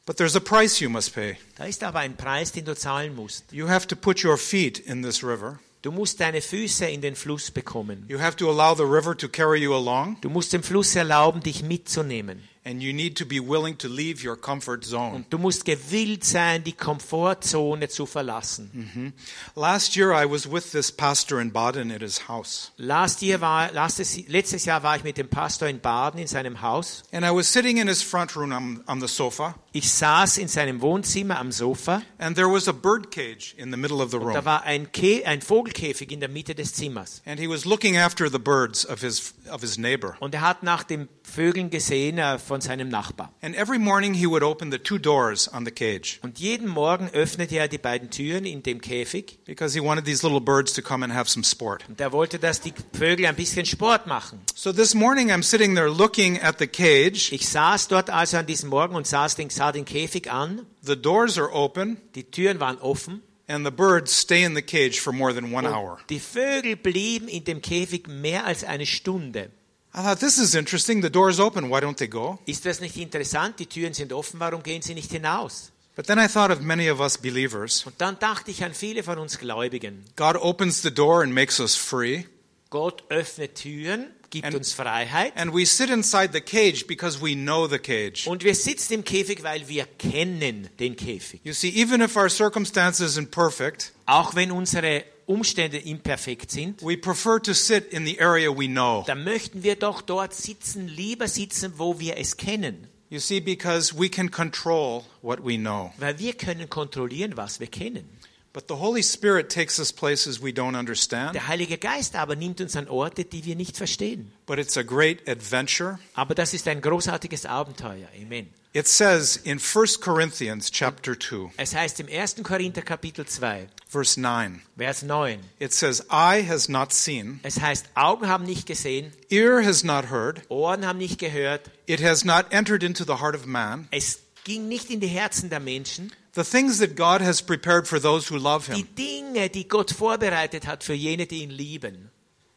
But there's a price you must pay. Da ist aber ein Preis, den du zahlen musst. You have to put your feet in this river. Du musst deine Füße in den Fluss bekommen. You have to allow the river to carry you along. Du musst dem Fluss erlauben, dich mitzunehmen. And you need to be willing to leave your comfort zone. Du musst gewillt sein, die Komfortzone zu verlassen. Last year, I was with this pastor in Baden at his house. Last year war, letztes, letztes Jahr war ich mit dem Pastor in Baden in seinem Haus. And I was sitting in his front room on, on the sofa, Ich saß in seinem Wohnzimmer am Sofa. and there was a bird cage in the middle of the Da room. war ein, Kä ein Vogelkäfig in der Mitte des Zimmers. And he was looking after the birds of his, of his neighbor. Und er hat nach den Vögeln gesehen äh, von seinem Nachbar. And every morning, he would open the two doors on the cage Und jeden Morgen öffnete er die beiden Türen in dem Käfig because he wanted these little birds to come and have some sport. und er wollte, dass die Vögel ein bisschen Sport machen. So this morning, I'm sitting there looking at the cage. Ich saß dort also an diesem Morgen und saß den, sah den Käfig an. The doors are open, Die Türen waren offen. and the birds stay in the cage for more than one hour. Und die Vögel blieben in dem Käfig mehr als eine Stunde. I thought, this is interesting. The door's open. Why don't they go? Ist das nicht interessant? Die Türen sind offen, warum gehen sie nicht hinaus? But then I thought of many of us believers. Und dann dachte ich an viele von uns Gläubigen. God opens the door and makes us free. Gott öffnet Türen, gibt And- uns Freiheit. And we sit inside the cage because we know the cage. Und wir sitzen im Käfig, weil wir kennen den Käfig. You see, even if our circumstance isn't perfect, Auch wenn unsere Umstände imperfekt sind, we prefer to sit in the area we know. dann möchten wir doch dort sitzen, lieber sitzen, wo wir es kennen. You see, because we can control what we know. Weil wir können kontrollieren, was wir kennen. But the Holy Spirit takes us places we don't understand. Der Heilige Geist aber nimmt uns an Orte, die wir nicht verstehen. But it's a great adventure. Aber das ist ein großartiges Abenteuer. Amen. It says in 1 Corinthians chapter 2, Es heißt im 1. Korinther Kapitel 2, verse 9. Vers 9. It says, "Eye has not seen, Es heißt, Augen haben nicht gesehen, ear has not heard, Ohren haben nicht gehört. it has not entered into the heart of man." Es ging nicht in die Herzen der Menschen. The things that God has prepared for those who love Die Him. Dinge, die Gott vorbereitet hat für jene, die ihn lieben.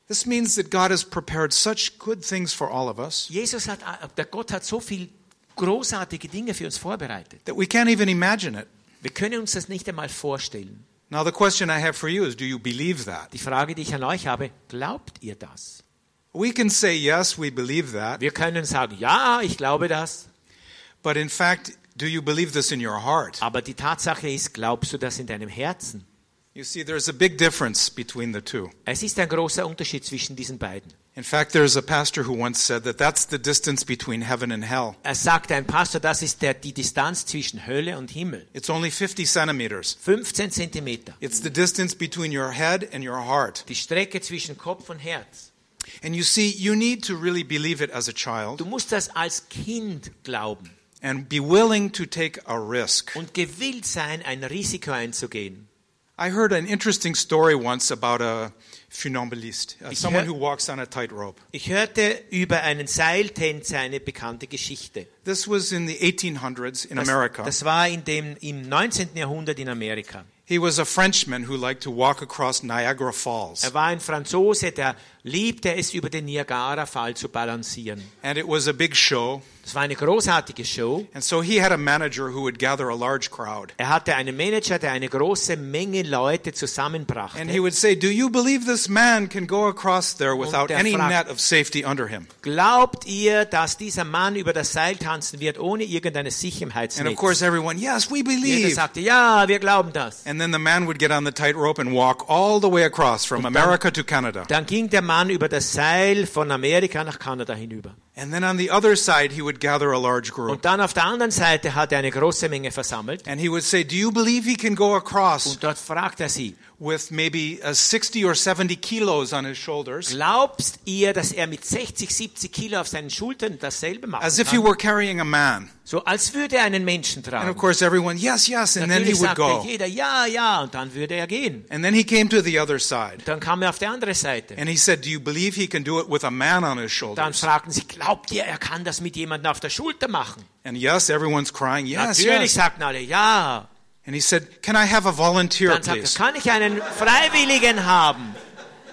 This means that God has prepared such good things for all of us Jesus hat, der Gott hat so viel großartige Dinge für uns vorbereitet. that we can't even imagine it. Wir können uns das nicht einmal vorstellen. Now, the question I have for you is do you believe that? Die Frage, die ich an euch habe, glaubt ihr das? We can say, yes, we believe that, Wir können sagen, ja, ich glaube das, but in fact, do you believe this in your heart? aber die Tatsache ist, glaubst du das in deinem Herzen? You see, there's a big difference between the two. Es ist ein großer Unterschied zwischen diesen beiden. In fact, there's a pastor who once said that that's the distance between heaven and hell. Er sagte ein Pastor, das ist der, die Distanz zwischen Hölle und Himmel. It's only 50 centimeters. 15 Zentimeter. It's the distance between your head and your heart. Die Strecke zwischen Kopf und Herz. And you see, you need to really believe it as a child Du musst das als Kind glauben and be willing to take a risk. und gewillt sein, ein Risiko einzugehen. I heard an interesting story once about a funambulist, uh, Ich someone hör- who walks on a tightrope. Ich hörte über einen Seiltänzer eine bekannte Geschichte. This was in the 1800s in Das, America. das war in dem, im 19. Jahrhundert in Amerika. He was a Frenchman who liked to walk across Niagara Falls. Er war ein Franzose, der liebte es, über den Niagara-Fall zu balancieren. And it was a big show. Das war eine großartige Show. And so he had a manager who would gather a large crowd. Er hatte einen Manager, der eine große Menge Leute zusammenbrachte. And he would say, Do you believe this man can go across there without der any fragt- net of safety under him? Glaubt ihr, dass dieser Mann über das Seil tanzen wird, ohne irgendeine Sicherheitsnetz? And of course, everyone, Yes, we Jeder believe. sagte, ja, wir glauben das. And then the man would get on the tightrope and walk all the way across from America to Canada. Dann ging der Mann über das Seil von Amerika nach Kanada hinüber. And then on the other side, he would gather a large group. Und dann auf der anderen Seite hat er eine große Menge versammelt. And he would say, Do you believe he can go across Und dort fragt er sie, with maybe uh, 60 or 70 kilos on his shoulders? glaubst ihr, dass er mit 60, 70 Kilo auf seinen Schultern dasselbe machen As if he kann? were carrying a man. So als würde er einen Menschen And of tragen. course, everyone, Yes, yes. And then he Natürlich would sagte go. jeder, ja, ja, und dann würde er gehen. And then he came to the other side. Dann kam er auf die andere Seite. And he said, Do you believe he can do it with a man on his Dann shoulders? fragten sie, glaubt ihr, er kann das mit jemandem auf der Schulter machen? And yes, everyone's crying, Yes, Natürlich yes. sagten alle, ja. And he said, Can I have a volunteer, Dann sagte, please? kann ich einen Freiwilligen haben?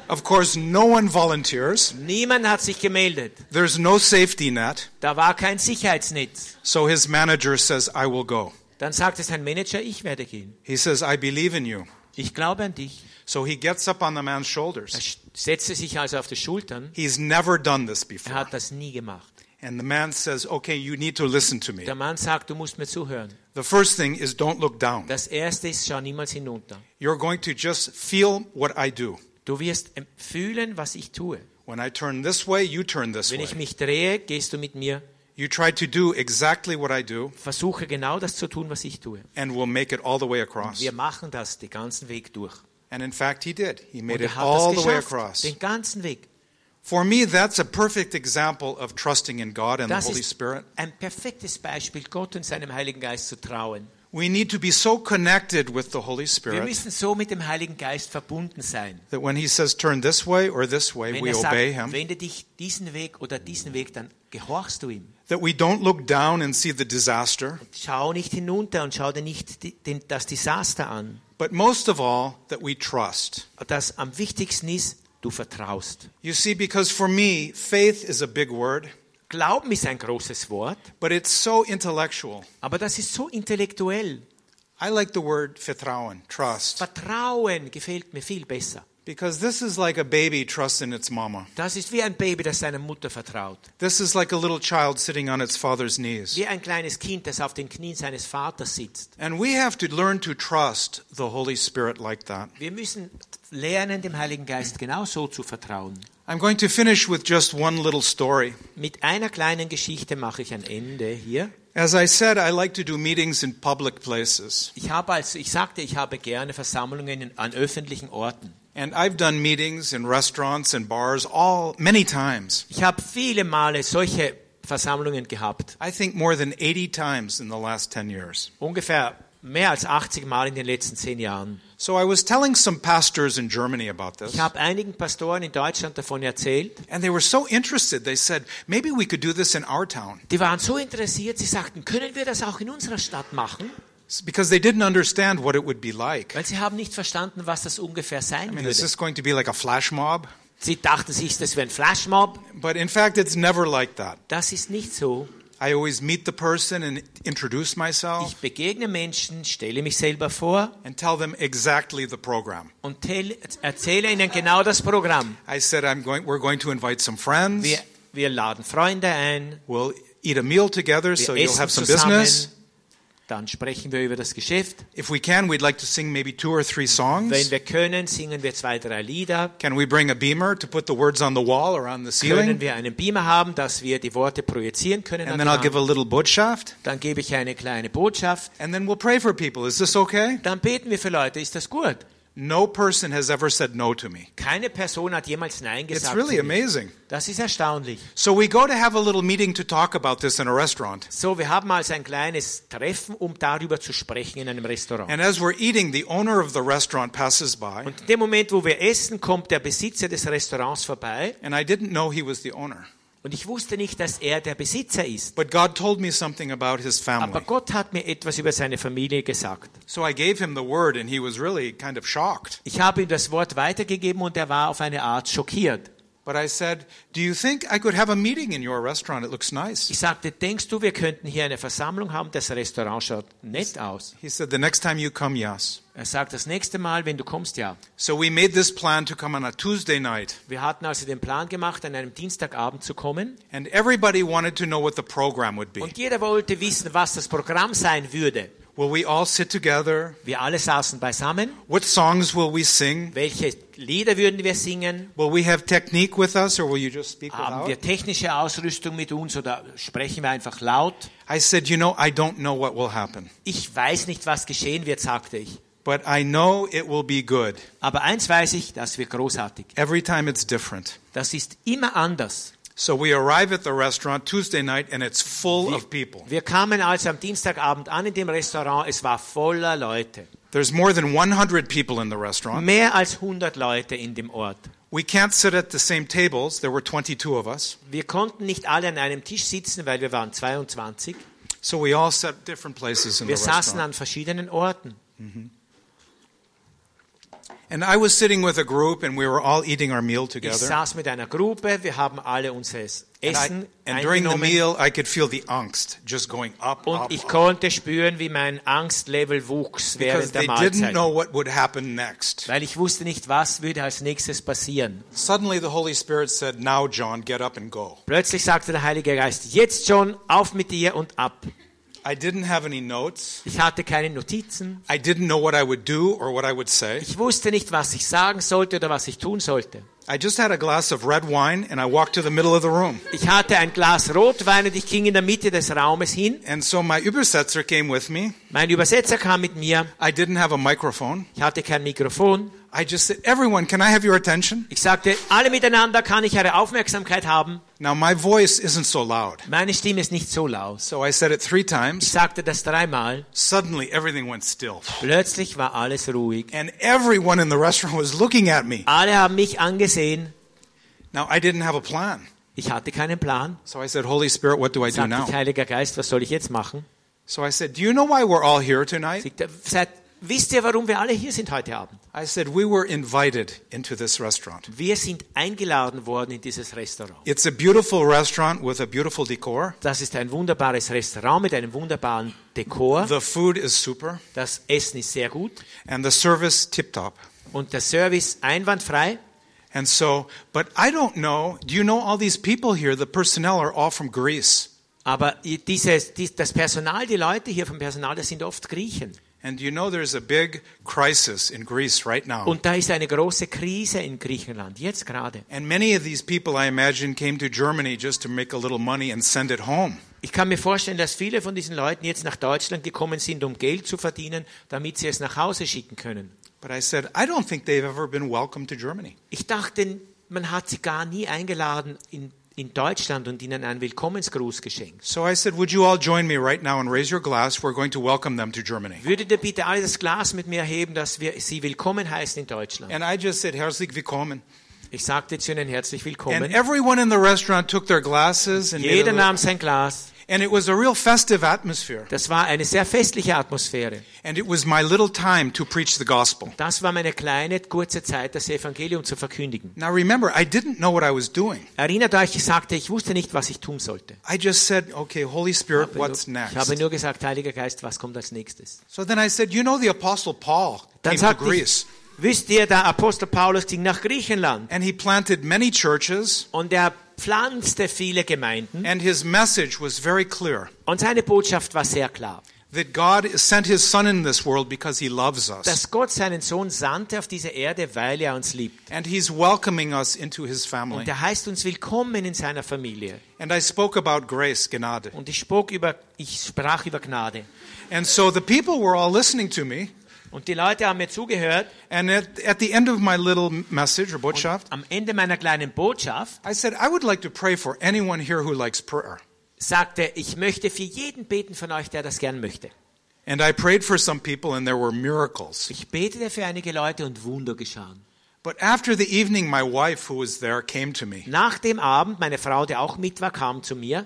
Of course, no one volunteers. Niemand hat sich gemeldet. There's no safety net. Da war kein Sicherheitsnetz. So his manager says, I will go. Dann sagte sein Manager, ich werde gehen. He says, I believe in you. Ich glaube an dich. So he gets up on the man's Er shoulders. sch- setzte sich also auf die Schultern. He's never done this Er before. hat das nie gemacht. And the man says, Okay, you need to listen to me. Der Mann sagt, du musst mir zuhören. The first thing is don't look down. Das erste ist, schau niemals hinunter. You're going to just feel what I do. Du wirst em- fühlen, was ich tue. When I turn this way, you turn this Wenn way. ich mich drehe, gehst du mit mir. You try to do exactly what I do, Versuche genau das zu tun, was ich tue. and we'll make it all the way across. Wir machen das den ganzen Weg durch. And in fact, he did. He Und made er it hat all das the way geschafft, across. den ganzen Weg. For me, that's a perfect example of trusting in God and the Das Holy ist Spirit. ein perfektes Beispiel, Gott und seinem Heiligen Geist zu trauen. We need to be so connected with the Holy Wir Spirit müssen so mit dem Heiligen Geist verbunden sein. that when He says turn this way or this way, Wenn we er sagt, obey Him. wende dich diesen Weg oder diesen Weg, dann gehorchst du ihm. That we don't look down and see the disaster, Schau nicht hinunter und schau dir nicht die, den, das Desaster an. but most of all, that we trust. Das am wichtigsten ist, du vertraust. You see, because for me, faith is a big word, Glauben ist ein großes Wort, but it's so intellectual. aber das ist so intellektuell. I like the word vertrauen, trust, Vertrauen gefällt mir viel besser. because this is like a baby trusting its mama. Das ist wie ein Baby, das seiner Mutter vertraut. This is like a little child sitting on its father's knees. Wie ein kleines Kind, das auf den Knien seines Vaters sitzt. And we have to learn to trust the Holy Spirit like that. Wir müssen lernen, dem Heiligen Geist genau so zu vertrauen. I'm going to finish with just one little story. Mit einer kleinen Geschichte mache ich ein Ende hier. As I said, I like to do meetings in public places. Ich habe also, ich sagte, ich habe gerne Versammlungen in, an öffentlichen Orten. And I've done meetings in restaurants and bars all many times. Ich habe viele Male solche Versammlungen gehabt. I think more than 80 times in the last 10 years. Ungefähr mehr als 80 Mal in den letzten zehn Jahren. So I was telling some pastors in Germany about this. Ich habe einigen Pastoren in Deutschland davon erzählt. And they were so interested. They said, maybe we could do this in our town. Die waren so interessiert, sie sagten, können wir das auch in unserer Stadt machen? It's Because they didn't understand what it would be like. I Weil sie haben nicht verstanden, was das ungefähr sein mean, is würde. this going to be like a flash mob? Sie dachten sich, das wäre ein Flashmob. But in fact, it's never like that. Das ist nicht so. I always meet the person and introduce myself Ich begegne Menschen, stelle mich selber vor and tell them exactly the program. und tel- erzähle ihnen genau das Programm. I said I'm going we're going to invite some friends. Wir, wir laden Freunde ein, We'll eat a meal together wir so you'll essen have some zusammen, business. dann sprechen wir über das Geschäft. If we can, we'd like to sing maybe two or three Wenn songs. wir können, singen wir zwei, drei Lieder. Can we bring a beamer to put the words on the wall or on the Können ceiling? wir einen Beamer haben, dass wir die Worte projizieren können? And an then die I'll Wand? give a little Botschaft. dann gebe ich eine kleine Botschaft. And then we'll pray for people. Is this okay? Dann beten wir für Leute. Ist das gut? No person has ever said no to me. Keine Person hat jemals Nein It's gesagt. really zu mir. amazing. das ist erstaunlich. So we go to have a little meeting to talk about this in a restaurant. So, wir haben also ein kleines Treffen, um darüber zu sprechen in einem Restaurant. And as we're eating, the owner of the restaurant passes by. Und in dem Moment, wo wir essen, kommt der Besitzer des Restaurants vorbei. And I didn't know he was the owner. Und ich wusste nicht, dass er der Besitzer ist. But God told me something about his Aber family. Gott hat mir etwas über seine Familie gesagt. So I gave him the word, and he was really kind of shocked. Ich habe ihm das Wort weitergegeben und er war auf eine Art schockiert. But I said, Do you think I could have a meeting in your restaurant? It looks nice. Ich sagte, denkst du, wir könnten hier eine Versammlung haben? Das Restaurant schaut nett aus. He said, The next time you come, yes. Er sagt, das nächste Mal, wenn du kommst, ja. So we made this plan to come on a Tuesday night, Wir hatten also den Plan gemacht, an einem Dienstagabend zu kommen. and everybody wanted to know what the program would be. Und jeder wollte wissen, was das Programm sein würde. Will we all sit together? Wir alle saßen beisammen. What songs will we sing? Welche Lieder würden wir singen? Will we have technique with us, or will you just speak Haben without? wir technische Ausrüstung mit uns oder sprechen wir einfach laut? I said, You know, I don't know what will happen, Ich weiß nicht, was geschehen wird, sagte ich. but I know it will be good. Aber eins weiß ich, das wird großartig. Every time it's different. Das ist immer anders. So we arrive at the restaurant Tuesday night, and it's full of people. Wir kamen also am Dienstagabend an in dem Restaurant. Es war voller Leute. There's more than 100 people in the restaurant. Mehr als 100 Leute in dem Ort. We can't sit at the same tables. There were 22 of us. Wir konnten nicht alle an einem Tisch sitzen, weil wir waren 22. So we all sat different places in the Wir saßen restaurant. an verschiedenen Orten. And I was sitting with a group and we were all eating our meal Ich together. saß mit einer Gruppe, wir haben alle unser And, I- Essen and during the eingenommen meal, I could feel the angst just going up, up, und ich up konnte spüren, wie mein Angstlevel wuchs because während der they didn't Mahlzeit, know what would happen next. weil ich wusste nicht, was würde als nächstes passieren. Suddenly, the Holy Spirit said, Now, John, get up and go. Plötzlich sagte der Heilige Geist, jetzt schon, auf mit dir und ab. I didn't have any notes. Ich hatte keine Notizen, I didn't know what I would do or what I would say. ich wusste nicht, was ich sagen sollte oder was ich tun sollte. I just had a glass of red wine and I walked to the middle of the room. Ich hatte ein Glas Rotwein und ich ging in der Mitte des Raumes hin. And so my Übersetzer came with me. Mein Übersetzer kam mit mir, I didn't have a microphone. ich hatte kein Mikrofon. I just said, Everyone, can I have your attention? Ich sagte, alle miteinander kann ich eure Aufmerksamkeit haben. Now, my voice isn't so loud. Meine Stimme ist nicht so laut. So I said it three Ich times. sagte das dreimal. Suddenly, everything went still. Plötzlich war alles ruhig. And everyone in the restaurant was looking at me. Alle haben mich angesehen. Now, I didn't have a plan. Ich hatte keinen Plan. So I said, Holy Spirit, what do I do Sagte ich, now? Heiliger Geist, was soll ich jetzt machen? So I said, Do you know why we're all here tonight? Sagt er, Seid, wisst ihr, warum wir alle hier sind heute Abend? I said, We were invited into this restaurant. Wir sind eingeladen worden in dieses Restaurant. It's a beautiful restaurant with a beautiful decor. Das ist ein wunderbares Restaurant mit einem wunderbaren Dekor. The food is super, Das Essen ist sehr gut and the service tip top. und der Service einwandfrei. And so, but I don't know. Do you know all these people here? The personnel are all from Greece. Aber dieses, dies, das Personal, die Leute hier vom Personal, das sind oft Griechen. And do you know there's a big crisis in Greece right now? Und da ist eine große Krise in Griechenland, jetzt gerade. and many of these people, I imagine, came to Germany just to make a little money and send it home. Ich kann mir vorstellen, dass viele von diesen Leuten jetzt nach Deutschland gekommen sind, um Geld zu verdienen, damit sie es nach Hause schicken können. But I said, I don't think they've ever been welcome to Germany. Ich dachte, man hat sie gar nie eingeladen in, in Deutschland und ihnen einen Willkommensgruß geschenkt. So I said, Would you all join me right now and raise your glass? We're going to welcome them to Germany. Würdet ihr bitte alle das Glas mit mir heben, dass wir sie willkommen heißen in Deutschland? And I just said, Herzlich willkommen. Ich sagte zu ihnen herzlich willkommen. And everyone in the restaurant took their glasses and made a Jeder little- nahm sein Glas And it was a real festive atmosphere. Das war eine sehr festliche Atmosphäre. And it was my little time to preach the gospel. Das war meine kleine, kurze Zeit, das Evangelium zu verkündigen. Now remember, I didn't know what I was doing. Erinnert euch, ich sagte, ich wusste nicht, was ich tun sollte. I just said, okay, Holy Spirit, what's Ich habe next? nur gesagt, Heiliger Geist, was kommt als nächstes? So then I said, you know, the Apostle Paul came Dann to sagte ich, Greece wisst ihr, der Apostel Paulus ging nach Griechenland and he planted many churches und er pflanzte viele Gemeinden and his message was very clear und seine Botschaft war sehr klar, that God sent his son in this world because he loves us dass Gott seinen Sohn sandte auf diese Erde, weil er uns liebt. and he's welcoming us into his family. Und er heißt uns willkommen in seiner Familie. And I spoke about grace, Gnade. Und ich, spog über, ich sprach über Gnade. And so the people were all listening to me. Und die Leute haben mir zugehört. And at, at the end of my little message or Botschaft, Am Ende meiner kleinen Botschaft I said, I would like to pray for anyone here who likes prayer. sagte, ich möchte für jeden beten von euch, der das gern möchte. And I prayed for some people, and there were miracles. Ich betete für einige Leute und Wunder geschahen. But after the evening, my wife, who was there, came to me. Nach dem Abend, meine Frau, die auch mit war, kam zu mir.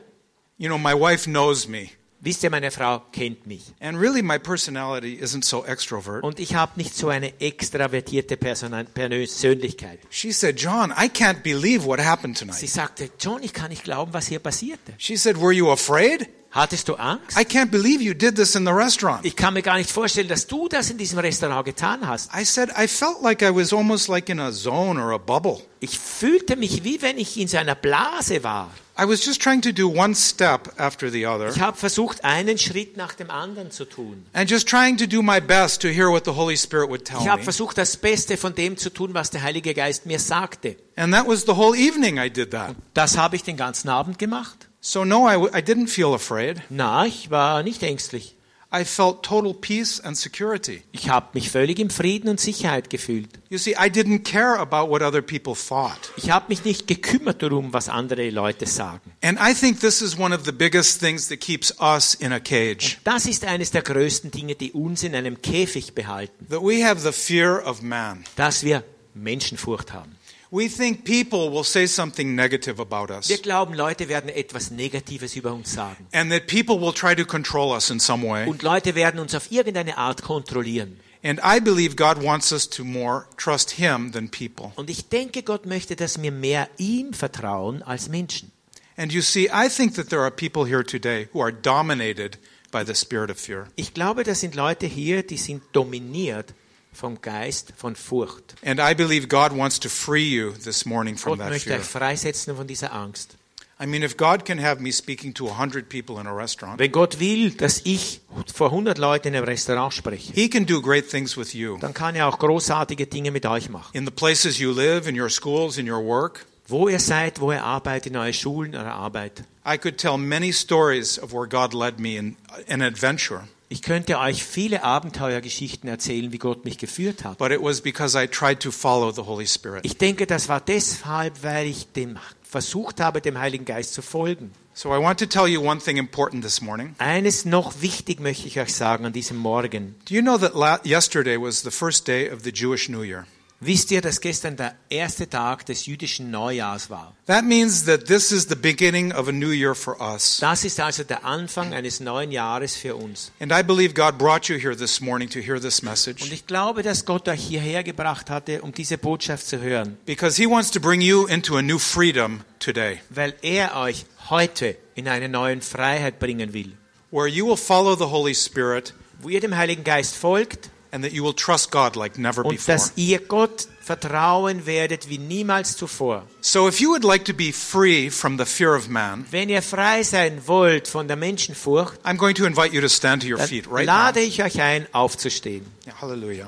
You know, my wife knows me. Wisst ihr, meine Frau kennt mich. And really, my personality isn't so extrovert. Und ich habe nicht so eine extravertierte Persona- Persönlichkeit. She said, John, I can't believe what happened Sie tonight. sagte, John, ich kann nicht glauben, was hier passierte. She said, Were you afraid? Hattest du Angst? I can't believe you did this in the restaurant. Ich kann mir gar nicht vorstellen, dass du das in diesem Restaurant getan hast. I said, I felt like I was almost like in a zone or a bubble. Ich fühlte mich, wie wenn ich in so einer Blase war. I was just trying to do one step after the other Ich habe versucht, einen Schritt nach dem anderen zu tun. and just trying to do my best to hear what the Holy Spirit would tell Ich habe me. versucht, das Beste von dem zu tun, was der Heilige Geist mir sagte. And that was the whole evening I did that. Das habe ich den ganzen Abend gemacht. So, no, I, w- I didn't feel afraid. Na, ich war nicht ängstlich. I felt total peace and security. Ich habe mich völlig im Frieden und Sicherheit gefühlt. You see, I didn't care about what other people thought. Ich habe mich nicht gekümmert darum, was andere Leute sagen. And I think this is one of the biggest things that keeps us in a cage Das ist eines der größten Dinge, die uns in einem Käfig behalten, that we have the fear of man. dass wir Menschenfurcht haben. We think people will say something negative about us Wir glauben, Leute werden etwas Negatives über uns sagen. and that people will try to control us in some way. Und Leute werden uns auf irgendeine Art kontrollieren. And I believe God wants us to more trust Him than people. Und ich denke, Gott möchte, dass wir mehr ihm vertrauen als Menschen. And you see, I think that there are people here today who are dominated by the spirit of fear. Ich glaube, das sind Leute hier, die sind dominiert vom Geist von Furcht. And I believe God wants to free you this morning from Gott that möchte fear. euch freisetzen von dieser Angst. I mean, if God can have me speaking to 100 people in a restaurant, Wenn Gott will, dass ich vor 100 Leuten in einem Restaurant spreche, He can do great things with you dann kann er auch großartige Dinge mit euch machen. in the places you live, in your schools, in your work. Wo ihr seid, wo ihr arbeitet, in euren Schulen, in eurer Arbeit. I could tell many stories of where God led me in an adventure, Ich könnte euch viele Abenteuergeschichten erzählen, wie Gott mich geführt hat. but it was because I tried to follow the Holy Spirit. Ich denke, das war deshalb, weil ich dem versucht habe, dem Heiligen Geist zu folgen. So I want to tell you one thing important this morning. Eines noch wichtig möchte ich euch sagen an diesem Morgen. Do you know that la- yesterday was the first day of the Jewish New Year? Wisst ihr, dass gestern der erste Tag des jüdischen Neujahrs war? That means that this is the beginning of a new year for us. Das ist also der Anfang eines neuen Jahres für uns. And I believe God brought you here this morning to hear this Und message ich glaube, dass Gott euch hierher gebracht hatte, um diese Botschaft zu hören, because He wants to bring you into a new freedom today weil er euch heute in eine neue Freiheit bringen will, where you will follow the Holy Spirit wo ihr dem Heiligen Geist folgt and that you will trust God like never und before. dass ihr Gott vertrauen werdet wie niemals zuvor. So if you would like to be free from the fear of man, Wenn ihr frei sein wollt von der Menschenfurcht, I'm going to invite you to stand to your dann feet right now. lade ich euch ein, aufzustehen. Yeah, Hallelujah.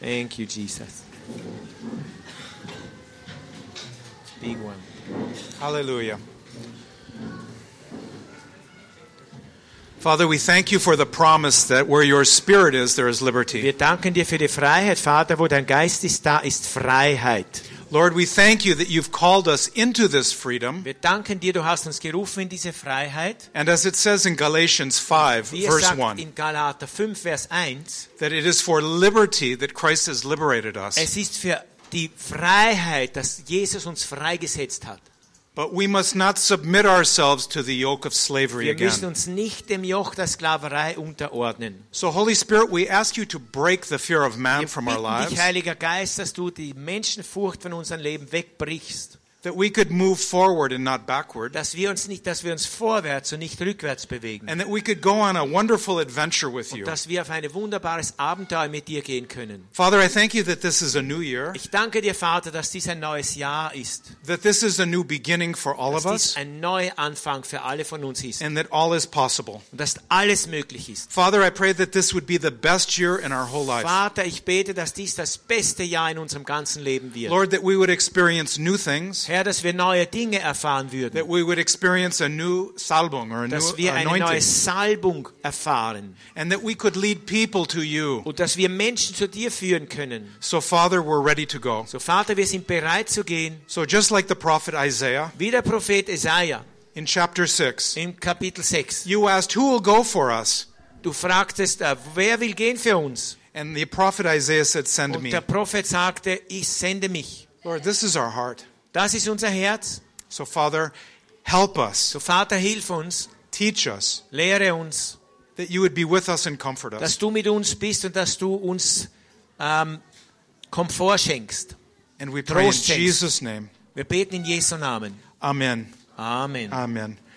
Thank you, Jesus. Big one. Hallelujah. Father, we thank you for the promise that where your spirit is, there is liberty. Wir danken dir für die Freiheit, Vater, wo dein Geist ist, da ist Freiheit. Lord, we thank you that you've called us into this freedom. Wir danken dir, du hast uns gerufen in diese Freiheit. And as it says in Galatians 5, Wie es verse sagt 1, in Galater 5, Vers 1, that it is for liberty that Christ has liberated us. es ist für die Freiheit, dass Jesus uns freigesetzt hat. But we must not submit ourselves to the yoke of slavery Wir müssen again. uns nicht dem Joch der Sklaverei unterordnen. So, Holy Spirit, we ask you to break the fear of man Wir from our bitten dich, lives, Heiliger Geist, dass du die Menschenfurcht von unserem Leben wegbrichst. that we could move forward and not backward, Dass wir uns nicht, dass wir uns vorwärts und nicht rückwärts bewegen. and that we could go on a wonderful adventure with you. Dass wir auf ein wunderbares Abenteuer mit dir gehen können. Father, I thank you that this is a new year, Ich danke dir, Vater, dass dies ein neues Jahr ist. that this is a new beginning for all Dass of dies us, ein neuer Anfang für alle von uns ist. and that all is possible. Und dass alles möglich ist. Father, I pray that this would be the best year in our whole life. Vater, ich bete, dass dies das beste Jahr in unserem ganzen Leben wird. Lord, that we would experience new things, Herr, dass wir neue Dinge erfahren that würden. we would experience a new salbung or a Dass new wir eine neue anointing, Salbung erfahren. and that we could lead people to you. Und dass wir Menschen zu dir führen können. So, Father, we're ready to go. So, Vater, wir sind bereit zu gehen. So, just like the prophet Isaiah Wie der Prophet Jesaja in chapter 6, im Kapitel 6. you asked, Who will go for us? Du fragtest, äh, wer will gehen für uns? And the prophet Isaiah said, Send Und me. der Prophet sagte, ich sende mich. Lord, this is our heart. Das ist unser Herz. So, Father, help us, So, Vater, hilf uns, teach us, lehre uns, that you would be with us and comfort us, dass du mit uns bist und dass du uns ähm, Komfort schenkst. and we pray in Trost schenkst. Jesus' name. Wir beten in Jesu Namen. Amen. Amen. Amen.